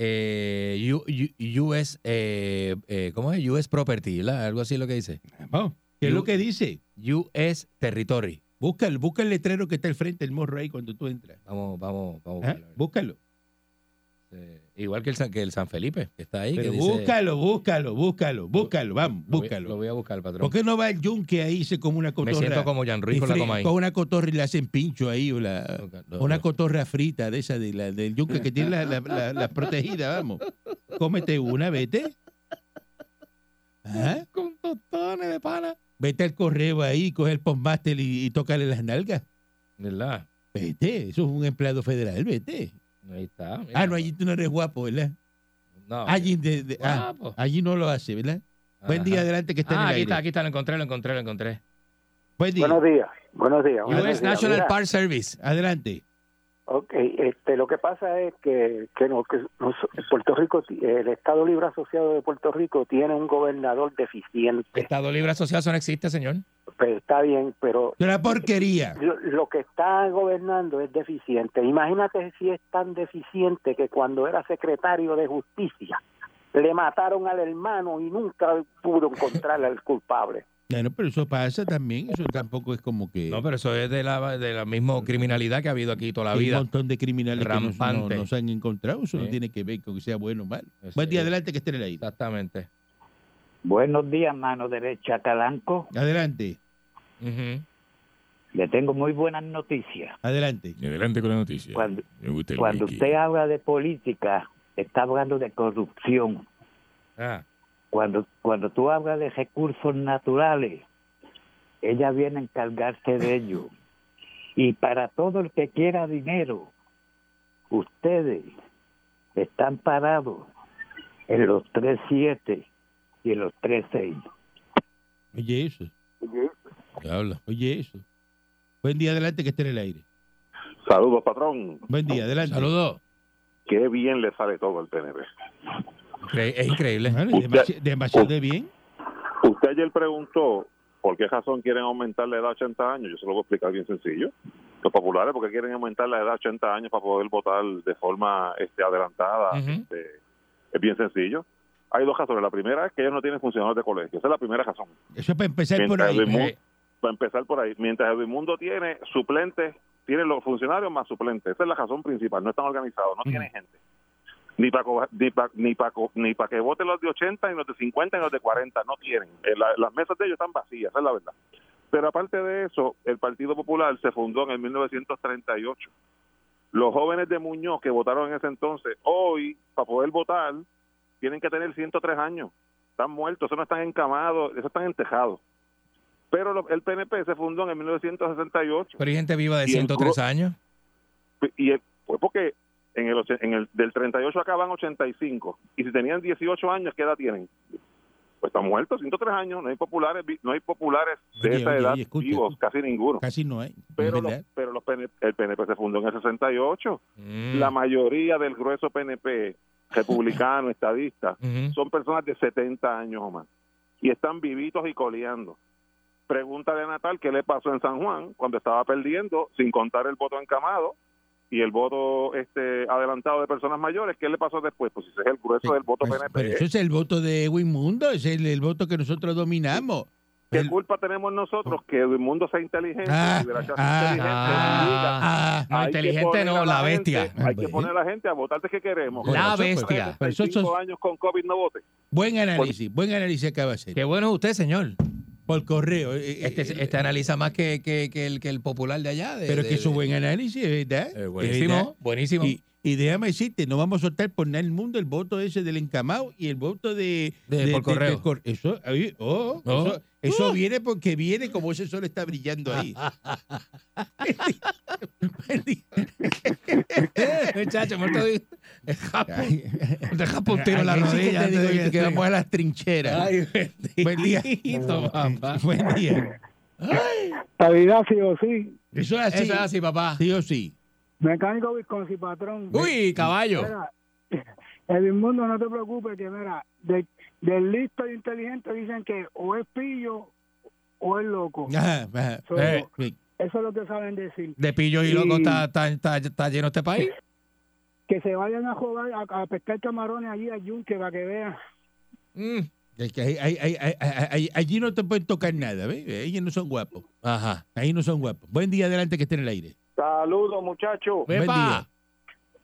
Speaker 4: Eh, U- U- US, eh, eh, ¿cómo es? US Property, ¿verdad? Algo así es lo que dice.
Speaker 3: Vamos. ¿Qué es
Speaker 4: Yo-
Speaker 3: lo que dice?
Speaker 4: US Territory.
Speaker 3: Busca, el- busca el letrero que está al frente del morro ahí cuando tú entras.
Speaker 4: Vamos, vamos, vamos.
Speaker 3: ¿Ah?
Speaker 4: a
Speaker 3: Búscalo.
Speaker 4: buscarlo. Eh, igual que el, San, que el San Felipe, que está ahí.
Speaker 3: Pero
Speaker 4: que dice-
Speaker 3: búscalo, búscalo, búscalo, búscalo, vamos,
Speaker 4: Lo voy-
Speaker 3: búscalo.
Speaker 4: Lo voy a buscar, patrón.
Speaker 3: ¿Por qué no va el yunque ahí se come una
Speaker 4: Me
Speaker 3: cotorra?
Speaker 4: siento como Jan Ruiz
Speaker 3: y
Speaker 4: con la
Speaker 3: fri-
Speaker 4: coma ahí.
Speaker 3: con una cotorra y le hacen pincho ahí, o la- una cotorra frita de esa, de la, del yunque que tiene la, la- la- la protegida, vamos. Cómete una, vete. ¿Ah?
Speaker 4: con tostones de pana.
Speaker 3: Vete al correo ahí, coge el postmaster y, y tócale las nalgas.
Speaker 4: ¿Verdad?
Speaker 3: Vete, eso es un empleado federal, vete.
Speaker 4: Ahí está. mira.
Speaker 3: Ah, no, allí tú no eres guapo, ¿verdad?
Speaker 4: pues. No.
Speaker 3: Allí, de- de- ah,
Speaker 4: Guapo.
Speaker 3: allí no lo hace, ¿verdad? Buen
Speaker 4: Ajá.
Speaker 3: día, adelante, que está en
Speaker 4: Ah,
Speaker 3: el
Speaker 4: aquí
Speaker 3: aire.
Speaker 4: está, aquí está, lo encontré, lo encontré, lo encontré.
Speaker 3: Buen día,
Speaker 6: Buenos días, buenos días. buenos
Speaker 4: US
Speaker 6: días.
Speaker 4: National
Speaker 6: Mira,
Speaker 4: Park Service.
Speaker 3: adelante.
Speaker 6: ok, este, lo que pasa es que, que, no- que nos- Puerto Rico, ti- el Estado Libre Asociado de Puerto Rico tiene un gobernador deficiente.
Speaker 4: Estado Libre Asociado eso no existe, señor.
Speaker 6: Pues está bien, pero
Speaker 3: Es una porquería.
Speaker 6: lo, lo que está gobernando es deficiente. Imagínate si es tan deficiente que cuando era secretario de Justicia le mataron al hermano y nunca pudo encontrar al culpable.
Speaker 3: Bueno, pero eso pasa también, eso tampoco es como que...
Speaker 4: No, pero eso es de la, de la
Speaker 3: Mm.
Speaker 4: misma criminalidad que ha habido aquí toda la
Speaker 3: Hay un
Speaker 4: vida.
Speaker 3: montón de criminales que no- no,
Speaker 4: Rampante.
Speaker 3: no se han encontrado. Eso no
Speaker 4: Sí.
Speaker 3: tiene que ver con que sea bueno o malo.
Speaker 4: Sí.
Speaker 3: Buen día, adelante, que esté en el aire.
Speaker 4: Exactamente.
Speaker 8: Buenos días, mano derecha, Calanco.
Speaker 3: Adelante,
Speaker 4: Ujú.
Speaker 8: Le tengo muy buenas noticias.
Speaker 3: adelante.
Speaker 1: Adelante con la noticia.
Speaker 8: Cuando,
Speaker 1: Me gusta el
Speaker 8: cuando
Speaker 1: whisky.
Speaker 8: usted habla de política, está hablando de corrupción.
Speaker 4: Ah,
Speaker 8: Cuando, cuando tú hablas de recursos naturales, ella viene a encargarse de ellos. Y para todo el que quiera dinero, ustedes están parados en los 3.7 y en los 3.6.
Speaker 3: Oye eso. Habla. Oye eso. Buen día, adelante, que esté en el aire.
Speaker 9: Saludos, patrón.
Speaker 3: Buen día, adelante.
Speaker 4: saludos.
Speaker 9: Qué bien le sale todo al PNP.
Speaker 4: Incre- es increíble.
Speaker 3: Bueno, y demasi- demasiado de bien.
Speaker 9: Usted ayer preguntó por qué razón quieren aumentar la edad a 80 años. Yo se lo voy a explicar bien sencillo. Los populares, porque quieren aumentar la edad a 80 años para poder votar de forma este, adelantada?
Speaker 4: Ujú.
Speaker 9: Este, es bien sencillo. Hay dos razones. La primera es que ellos no tienen funcionarios de colegio. Esa es la primera razón.
Speaker 3: Eso es para empezar por
Speaker 9: Mientras
Speaker 3: ahí.
Speaker 9: Edmundo,
Speaker 4: eh.
Speaker 9: para empezar por ahí, mientras Edmundo tiene suplentes, tiene los funcionarios más suplentes. Esa es la razón principal. No están organizados, no tienen gente. Ni para ni pa, ni pa co- ni pa que voten los de 80, ni los de 50, ni los de 40. No tienen. Eh, la- las mesas de ellos están vacías, esa es la verdad. Pero aparte de eso, el Partido Popular se fundó en el 1938. Los jóvenes de Muñoz que votaron en ese entonces, hoy, para poder votar, tienen que tener 103 años. Están muertos, esos no están encamados, esos están entejados. Pero lo- el PNP se fundó en el 1968
Speaker 4: Pero hay gente viva de
Speaker 9: Y el
Speaker 4: 103
Speaker 9: cro-
Speaker 4: años.
Speaker 9: y eh, fue porque en el, oche- en el del 38 acaban 85 y si tenían 18 años qué edad tienen pues están muertos 103 años no hay populares vi- no hay populares de
Speaker 3: Oye,
Speaker 9: esa
Speaker 3: oye,
Speaker 9: edad
Speaker 3: oye, escucha.
Speaker 9: vivos casi ninguno
Speaker 3: Casi no hay.
Speaker 9: pero
Speaker 3: es
Speaker 9: los,
Speaker 3: verdad.
Speaker 9: pero los PNP el PNP se fundó en el 68
Speaker 4: Mm.
Speaker 9: la mayoría del grueso PNP republicano estadista
Speaker 4: Ujú.
Speaker 9: son personas de 70 años o más y están vivitos y coleando. Pregúntale a Natal qué le pasó en San Juan cuando estaba perdiendo, sin contar el voto encamado y el voto este adelantado de personas mayores, ¿qué le pasó después? Pues ese es el grueso
Speaker 3: Sí,
Speaker 9: del voto
Speaker 3: pues,
Speaker 9: PNP.
Speaker 3: pero eso es el voto de Edwin Mundo, es el, el voto que nosotros dominamos.
Speaker 9: ¿Qué
Speaker 3: el-
Speaker 9: culpa tenemos nosotros que el mundo sea inteligente?
Speaker 3: Ah,
Speaker 9: y Verachaza
Speaker 3: ah,
Speaker 9: sea inteligente
Speaker 4: ah,
Speaker 9: y diga,
Speaker 3: Ah,
Speaker 4: No,
Speaker 9: hay que
Speaker 4: inteligente
Speaker 9: poner
Speaker 4: no,
Speaker 9: a
Speaker 4: la
Speaker 9: gente-
Speaker 4: bestia.
Speaker 9: hay que
Speaker 3: Bueno.
Speaker 9: poner a la gente a votar de que queremos.
Speaker 4: La
Speaker 9: Cuando nosotros
Speaker 4: bestia.
Speaker 9: tenemos
Speaker 3: Pero eso-
Speaker 9: 35
Speaker 3: eso-
Speaker 9: años con COVID no vote.
Speaker 3: buen análisis, buen análisis acaba de hacer.
Speaker 4: Qué bueno es usted, señor.
Speaker 3: Por correo. eh, eh,
Speaker 4: Este, este analiza más que, que, que el, que el popular de allá. de-
Speaker 3: pero
Speaker 4: de-
Speaker 3: que es un
Speaker 4: de-
Speaker 3: buen análisis, es ¿verdad?
Speaker 4: Eh,
Speaker 3: Es
Speaker 4: buenísimo, buenísimo.
Speaker 3: Y, y déjame decirte, no vamos a soltar por nada el mundo el voto ese del encamado y el voto de...
Speaker 4: De- por correo.
Speaker 3: cor- eso, ay, oh,
Speaker 4: No.
Speaker 3: eso, eso viene porque viene como ese sol está brillando ahí.
Speaker 4: Muchacho, muerto de. Deja
Speaker 3: Ay,
Speaker 4: pu- deja un tiro en la
Speaker 3: ahí sí que
Speaker 4: rodilla.
Speaker 3: te
Speaker 4: antes
Speaker 3: digo
Speaker 4: de
Speaker 3: yo que vamos a las trincheras.
Speaker 4: Ay,
Speaker 3: Buen día.
Speaker 4: bendito, papá.
Speaker 3: Buen día.
Speaker 10: Estabilidad sí o sí.
Speaker 3: Eso es así.
Speaker 4: Eso es así, papá.
Speaker 3: Sí o sí.
Speaker 10: Mecánico Wisconsin, patrón.
Speaker 4: Uy, caballo.
Speaker 10: Mira, el mundo no te preocupes, que mira, de- del listo y inteligente dicen que o es pillo o es loco.
Speaker 3: Ajá, ajá.
Speaker 10: So,
Speaker 4: eh.
Speaker 10: Eso es lo que saben decir.
Speaker 4: De pillos y loco está, está, está- está lleno este país.
Speaker 10: Que se vayan a jugar, a, a pescar camarones allí a Yunque para que vean.
Speaker 4: Mm.
Speaker 3: Es que ahí- ahí- ahí- ahí- ahí- allí no te pueden tocar nada, ¿ves? Ellos no son guapos.
Speaker 4: Ajá.
Speaker 3: Ahí no son guapos. Buen día, adelante, que esté en el aire.
Speaker 6: Saludos, muchachos.
Speaker 3: Buen
Speaker 4: Pepa.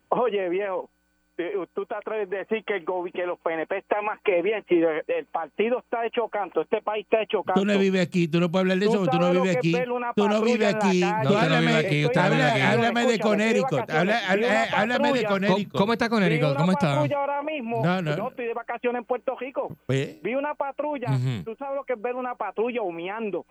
Speaker 6: Oye, viejo, eh, tú te atreves a decir que el gobi- que los PNP están más que bien. Si el, el partido está hecho canto, este país está hecho canto.
Speaker 3: Tú no vives aquí, tú no puedes hablar de
Speaker 6: Tú
Speaker 3: eso, porque tú no
Speaker 6: sabes lo
Speaker 3: vives
Speaker 6: que
Speaker 3: aquí.
Speaker 6: es ver una
Speaker 3: Tú no
Speaker 6: patrulla
Speaker 3: vives
Speaker 6: en la
Speaker 3: aquí. Tú
Speaker 6: calle.
Speaker 4: No, usted no
Speaker 3: háblame,
Speaker 4: vive aquí, usted no
Speaker 3: habla-
Speaker 4: vive aquí.
Speaker 3: háblame de
Speaker 6: Escúchame, estoy de
Speaker 3: Connecticut.
Speaker 6: vacaciones,
Speaker 3: Habla-
Speaker 6: estoy de
Speaker 3: habla- Háblame de
Speaker 6: patrulla.
Speaker 4: ¿Cómo,
Speaker 3: Connecticut.
Speaker 4: cómo está
Speaker 6: Vi
Speaker 4: Conérico?
Speaker 6: una
Speaker 4: ¿Cómo está?
Speaker 6: patrulla ahora mismo.
Speaker 3: No, no.
Speaker 6: Yo estoy de vacaciones en Puerto Rico.
Speaker 3: Pues,
Speaker 6: Vi una patrulla.
Speaker 4: Ujú.
Speaker 6: Tú sabes lo que es ver una patrulla humeando.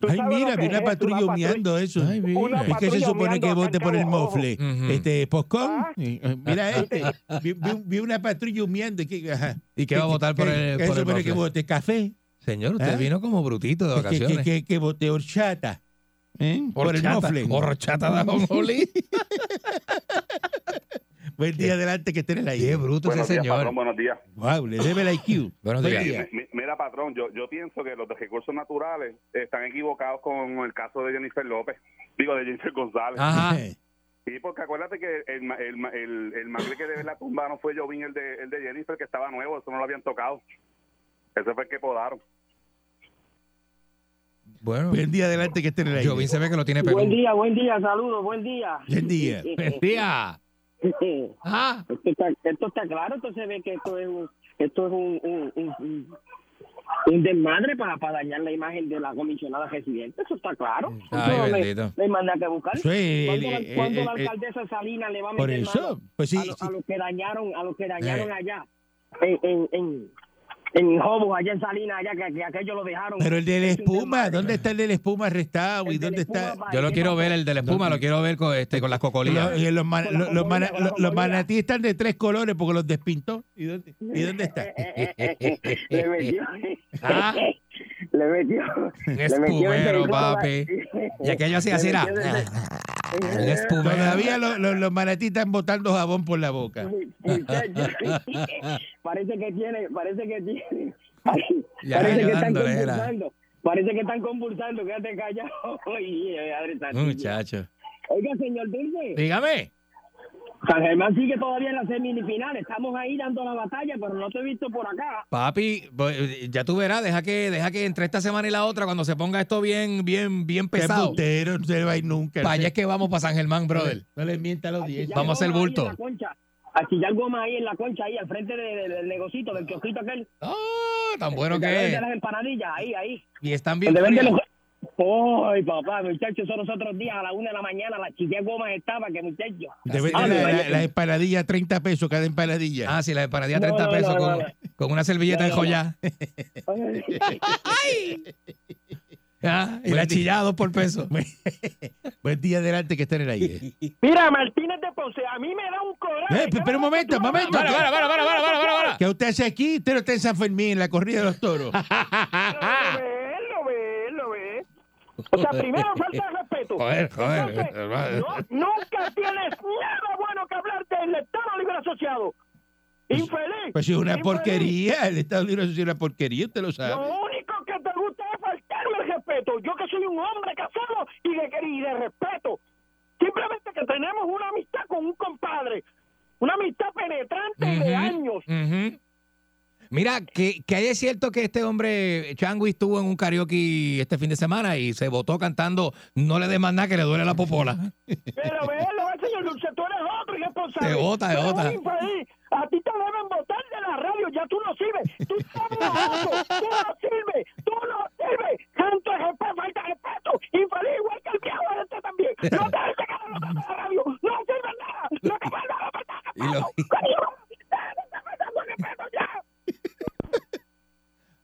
Speaker 6: ¿Tú
Speaker 3: Ay,
Speaker 6: sabes lo
Speaker 3: mira,
Speaker 6: que
Speaker 3: vi una
Speaker 6: es eso?
Speaker 3: patrulla humeando eh. eso.
Speaker 4: Ay, mira. Una
Speaker 3: es que se
Speaker 6: patrulla
Speaker 3: supone que
Speaker 6: humeando
Speaker 3: vote por el
Speaker 6: al cabo,
Speaker 3: mofle.
Speaker 4: Ujú.
Speaker 3: Este, Poscón.
Speaker 6: Ah.
Speaker 3: Y, eh, Mira este. Vi, vi un- vi una patrulla humeando. ¿Qué, ajá.
Speaker 4: ¿Y qué va a votar por el,
Speaker 3: ¿Qué se
Speaker 4: por el
Speaker 3: supone que
Speaker 4: mofle?
Speaker 3: vote? ¿Café?
Speaker 4: Señor, usted
Speaker 3: ¿Eh?
Speaker 4: vino como brutito de
Speaker 3: ¿Qué- qué-
Speaker 4: vacaciones.
Speaker 3: qué- qué- que vote horchata? ¿Eh? Por el
Speaker 4: Horchata,
Speaker 3: mofle.
Speaker 4: horchata de ajonjolí.
Speaker 3: Buen día adelante que estén en la
Speaker 4: Qué bruto
Speaker 11: Buenos
Speaker 4: ese
Speaker 11: días,
Speaker 4: señor.
Speaker 11: patrón, buenos días.
Speaker 3: Wow, le debe el IQ.
Speaker 4: Buenos
Speaker 3: Buen
Speaker 4: días.
Speaker 3: día.
Speaker 11: Mi- Mira, patrón, yo, yo pienso que los de recursos naturales están equivocados con el caso de Jennifer López, digo, de Jennifer González.
Speaker 3: Ah.
Speaker 4: Ajá.
Speaker 11: Sí, porque acuérdate que el, ma- el, ma- el, el mangre que debe la tumba no fue Jovín, el de, el de Jennifer, que estaba nuevo, eso no lo habían tocado. Ese fue el que podaron.
Speaker 4: Bueno,
Speaker 3: Buen Pues día adelante que estén en la
Speaker 4: Jovín se ve que lo tiene pegado.
Speaker 6: Buen día, buen día, saludos, buen día.
Speaker 3: Buen día.
Speaker 4: Buen día.
Speaker 6: esto,
Speaker 4: Ah,
Speaker 6: está, esto está claro, entonces ve que esto es un, esto es un, un, un- un- un desmadre para, para dañar la imagen de la comisionada residente, eso está claro.
Speaker 4: Ay,
Speaker 6: Eso no hay-
Speaker 4: bendito.
Speaker 6: No hay más nada que buscar.
Speaker 3: Eso es,
Speaker 6: ¿Cuándo, la-
Speaker 3: eh,
Speaker 6: cuándo
Speaker 3: eh,
Speaker 6: la
Speaker 3: eh,
Speaker 6: alcaldesa Salina le va a meter
Speaker 3: Por
Speaker 6: mano
Speaker 3: eso, pues sí,
Speaker 6: a, lo-
Speaker 3: sí.
Speaker 6: a los que dañaron, a los que dañaron
Speaker 4: Eh.
Speaker 6: allá en, en, en, en Jobos, allá en Salinas, allá que, que aquello lo dejaron.
Speaker 3: Pero el de la
Speaker 6: Es un eh,
Speaker 3: espuma,
Speaker 6: desmadre.
Speaker 3: ¿dónde está el de la espuma arrestado? ¿Y
Speaker 6: El de
Speaker 3: dónde
Speaker 6: la espuma
Speaker 3: está?
Speaker 6: va-
Speaker 4: yo lo
Speaker 6: ¿qué
Speaker 4: quiero
Speaker 6: pasó?
Speaker 4: ver, el de la espuma, lo quiero ver con, este, con las cocolías.
Speaker 3: Lo- y los man-
Speaker 6: Con la
Speaker 3: lo- los
Speaker 6: comodidad,
Speaker 3: mana-
Speaker 6: con la
Speaker 3: lo- los
Speaker 6: comodidad.
Speaker 3: manatí están de tres colores porque los despintó. ¿Y dónde, y dónde está?
Speaker 6: Eh, eh, eh, eh, le metió,
Speaker 4: Ah.
Speaker 6: le metió,
Speaker 4: Un
Speaker 6: le metió ese
Speaker 4: espumero,
Speaker 6: grito,
Speaker 4: papi. Y aquello así, así era. Un espumero.
Speaker 3: Todavía lo- lo- los manatí están botando jabón por la boca.
Speaker 6: Muchacho, parece que tiene, parece que tiene,
Speaker 4: Ya,
Speaker 6: parece que están
Speaker 4: dándole, era.
Speaker 6: convulsando, parece que están convulsando, quédate callado. Oye, Adri Santilla.
Speaker 4: Muchacho.
Speaker 6: Oiga, señor Dulce,
Speaker 4: Dígame.
Speaker 6: San Germán sigue todavía en la semifinal, estamos ahí dando la batalla, pero no te he visto por acá.
Speaker 4: Papi, voy- ya tú verás, deja que, deja que entre esta semana y la otra, cuando se ponga esto bien, bien, bien
Speaker 3: Qué
Speaker 4: pesado.
Speaker 3: embustero, no se va a ir nunca.
Speaker 4: Para allá es que vamos para San Germán, brother.
Speaker 3: No le mienta a la audiencia.
Speaker 4: Vamos a hacer
Speaker 6: Goma ahí
Speaker 4: bulto.
Speaker 6: en la concha, A chillar goma ahí en la concha, ahí al frente de- de- del negocito, del kiosquito aquel.
Speaker 4: Ah, tan bueno
Speaker 6: el
Speaker 4: que
Speaker 6: de
Speaker 4: es.
Speaker 6: las empanadillas, ahí, ahí.
Speaker 4: Y están bien.
Speaker 6: Donde venden
Speaker 4: frías.
Speaker 6: los... Ay, papá, muchachos, son los otros días a la una de la mañana, la chillar goma estaba, que muchachos.
Speaker 3: Te venden
Speaker 6: Ah,
Speaker 3: la,
Speaker 6: no,
Speaker 3: la- la empanadilla, 30 pesos cada empanadilla.
Speaker 4: Ah, sí, la empanadilla
Speaker 6: No,
Speaker 4: 30
Speaker 6: no,
Speaker 4: pesos
Speaker 6: no,
Speaker 4: con,
Speaker 6: no.
Speaker 4: con una servilleta de
Speaker 6: No, no, no.
Speaker 4: joya. Ah, Y la
Speaker 3: Buen día.
Speaker 4: chillada dos por peso.
Speaker 3: Buen día adelante que estén en el aire.
Speaker 6: Mira, Martínez de Ponce, a mí me da un coraje.
Speaker 3: Eh, pero- pero un momento, un momento.
Speaker 4: Para, para, para, para, para, para, para.
Speaker 3: ¿Qué usted hace aquí? Usted no está en San Fermín, en la corrida de los toros.
Speaker 6: Lo ve, lo ve, lo ve. O sea, primero falta de respeto.
Speaker 4: Joder, joder.
Speaker 6: Entonces, no, nunca tienes nada bueno que hablar del Estado Libre Asociado. Infeliz.
Speaker 3: Pues sí, es una
Speaker 6: infeliz.
Speaker 3: porquería. El Estado Libre es una porquería, usted lo sabe.
Speaker 6: Lo único que te gusta es faltarme el respeto. Yo que soy un hombre casado y de, y de respeto. Simplemente que tenemos una amistad con un compadre. Una amistad penetrante de años.
Speaker 4: Ujú. Mira, que, que ahí es cierto que este hombre, Changui, estuvo en un karaoke este fin de semana y se votó cantando No le des más nada que le duele la popola.
Speaker 6: Pero ve, lo ve, señor Dulce, tú eres otro irresponsable.
Speaker 4: Te bota, te
Speaker 6: Tú eres
Speaker 4: bota.
Speaker 6: un infeliz. A ti te deben votar de la radio, ya tú no sirves. Tú estás bajando, tú no sirves, tú no sirves. Tanto respeto, falta de respeto. Infeliz, igual que el viejo este también. No te dejes sacar los de la radio, no sirve nada. No te falta de respeto.
Speaker 4: Y lo-
Speaker 6: Coño, te falta de respeto ya.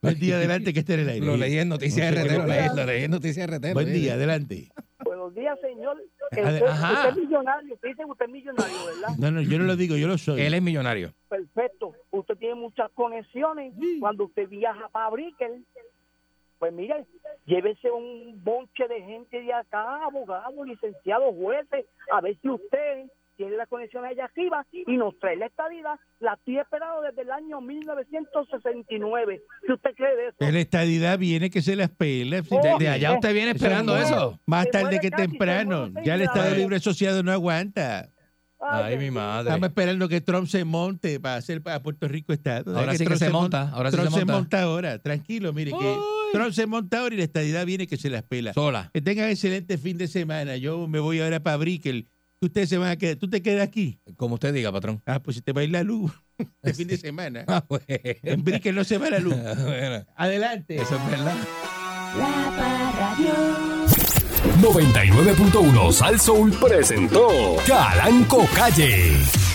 Speaker 3: Buen día adelante que esté en el aire.
Speaker 4: Lo leí en Noticias
Speaker 3: No sé
Speaker 4: RT,
Speaker 3: qué
Speaker 4: lo
Speaker 3: me
Speaker 4: leí,
Speaker 3: pasa.
Speaker 4: lo leí en Noticias RT. lo
Speaker 3: Buen
Speaker 4: leí.
Speaker 3: día adelante.
Speaker 12: Buenos días, señor.
Speaker 4: Ade-
Speaker 12: Usted,
Speaker 4: ajá.
Speaker 12: usted es millonario, usted dice que usted es millonario, ¿verdad?
Speaker 3: No, no, yo no lo digo, yo lo soy.
Speaker 4: Él es millonario.
Speaker 12: Perfecto. Usted tiene muchas conexiones. Cuando usted viaja para Brickell, pues mire, llévese un bonche de gente de acá, abogados, licenciados, jueces, a ver si usted tiene las conexiones allá arriba y nos trae la estadidad. La estoy esperando desde el año 1969. ¿Qué usted cree de eso?
Speaker 3: En la estadidad viene que se las pela. si-
Speaker 12: Oh,
Speaker 4: Desde allá usted viene esperando
Speaker 3: Seguro.
Speaker 4: eso.
Speaker 3: Más
Speaker 12: Se
Speaker 3: tarde
Speaker 12: muere
Speaker 3: que
Speaker 12: casi, se
Speaker 3: temprano.
Speaker 12: muere
Speaker 3: Ya el
Speaker 12: seis
Speaker 3: Estado
Speaker 4: veces.
Speaker 3: Libre Asociado no aguanta.
Speaker 4: Ay, mi
Speaker 3: Estamos
Speaker 4: madre.
Speaker 3: esperando que Trump se monte para hacer para Puerto Rico Estado.
Speaker 4: Ahora
Speaker 3: Ya
Speaker 4: sí que
Speaker 3: Trump
Speaker 4: se
Speaker 3: mon-
Speaker 4: monta, ahora sí
Speaker 3: Trump
Speaker 4: se monta.
Speaker 3: ahora. Tranquilo, mire que
Speaker 4: Uy.
Speaker 3: Trump se monta ahora y la estadidad viene que se las pela.
Speaker 4: Sola.
Speaker 3: Que tengan excelente fin de semana. Yo me voy ahora para Brickell. Ustedes se van a quedar. ¿Tú te quedas aquí?
Speaker 4: Como usted diga, patrón.
Speaker 3: Ah, pues se te va a ir la luz este fin de semana.
Speaker 4: Ah, bueno.
Speaker 3: En Brickell no se va la luz.
Speaker 4: Ah, Bueno,
Speaker 3: Adelante.
Speaker 4: Eso es verdad.
Speaker 2: La Parradio.
Speaker 1: 99.1 Sal Soul presentó Calanco Calle.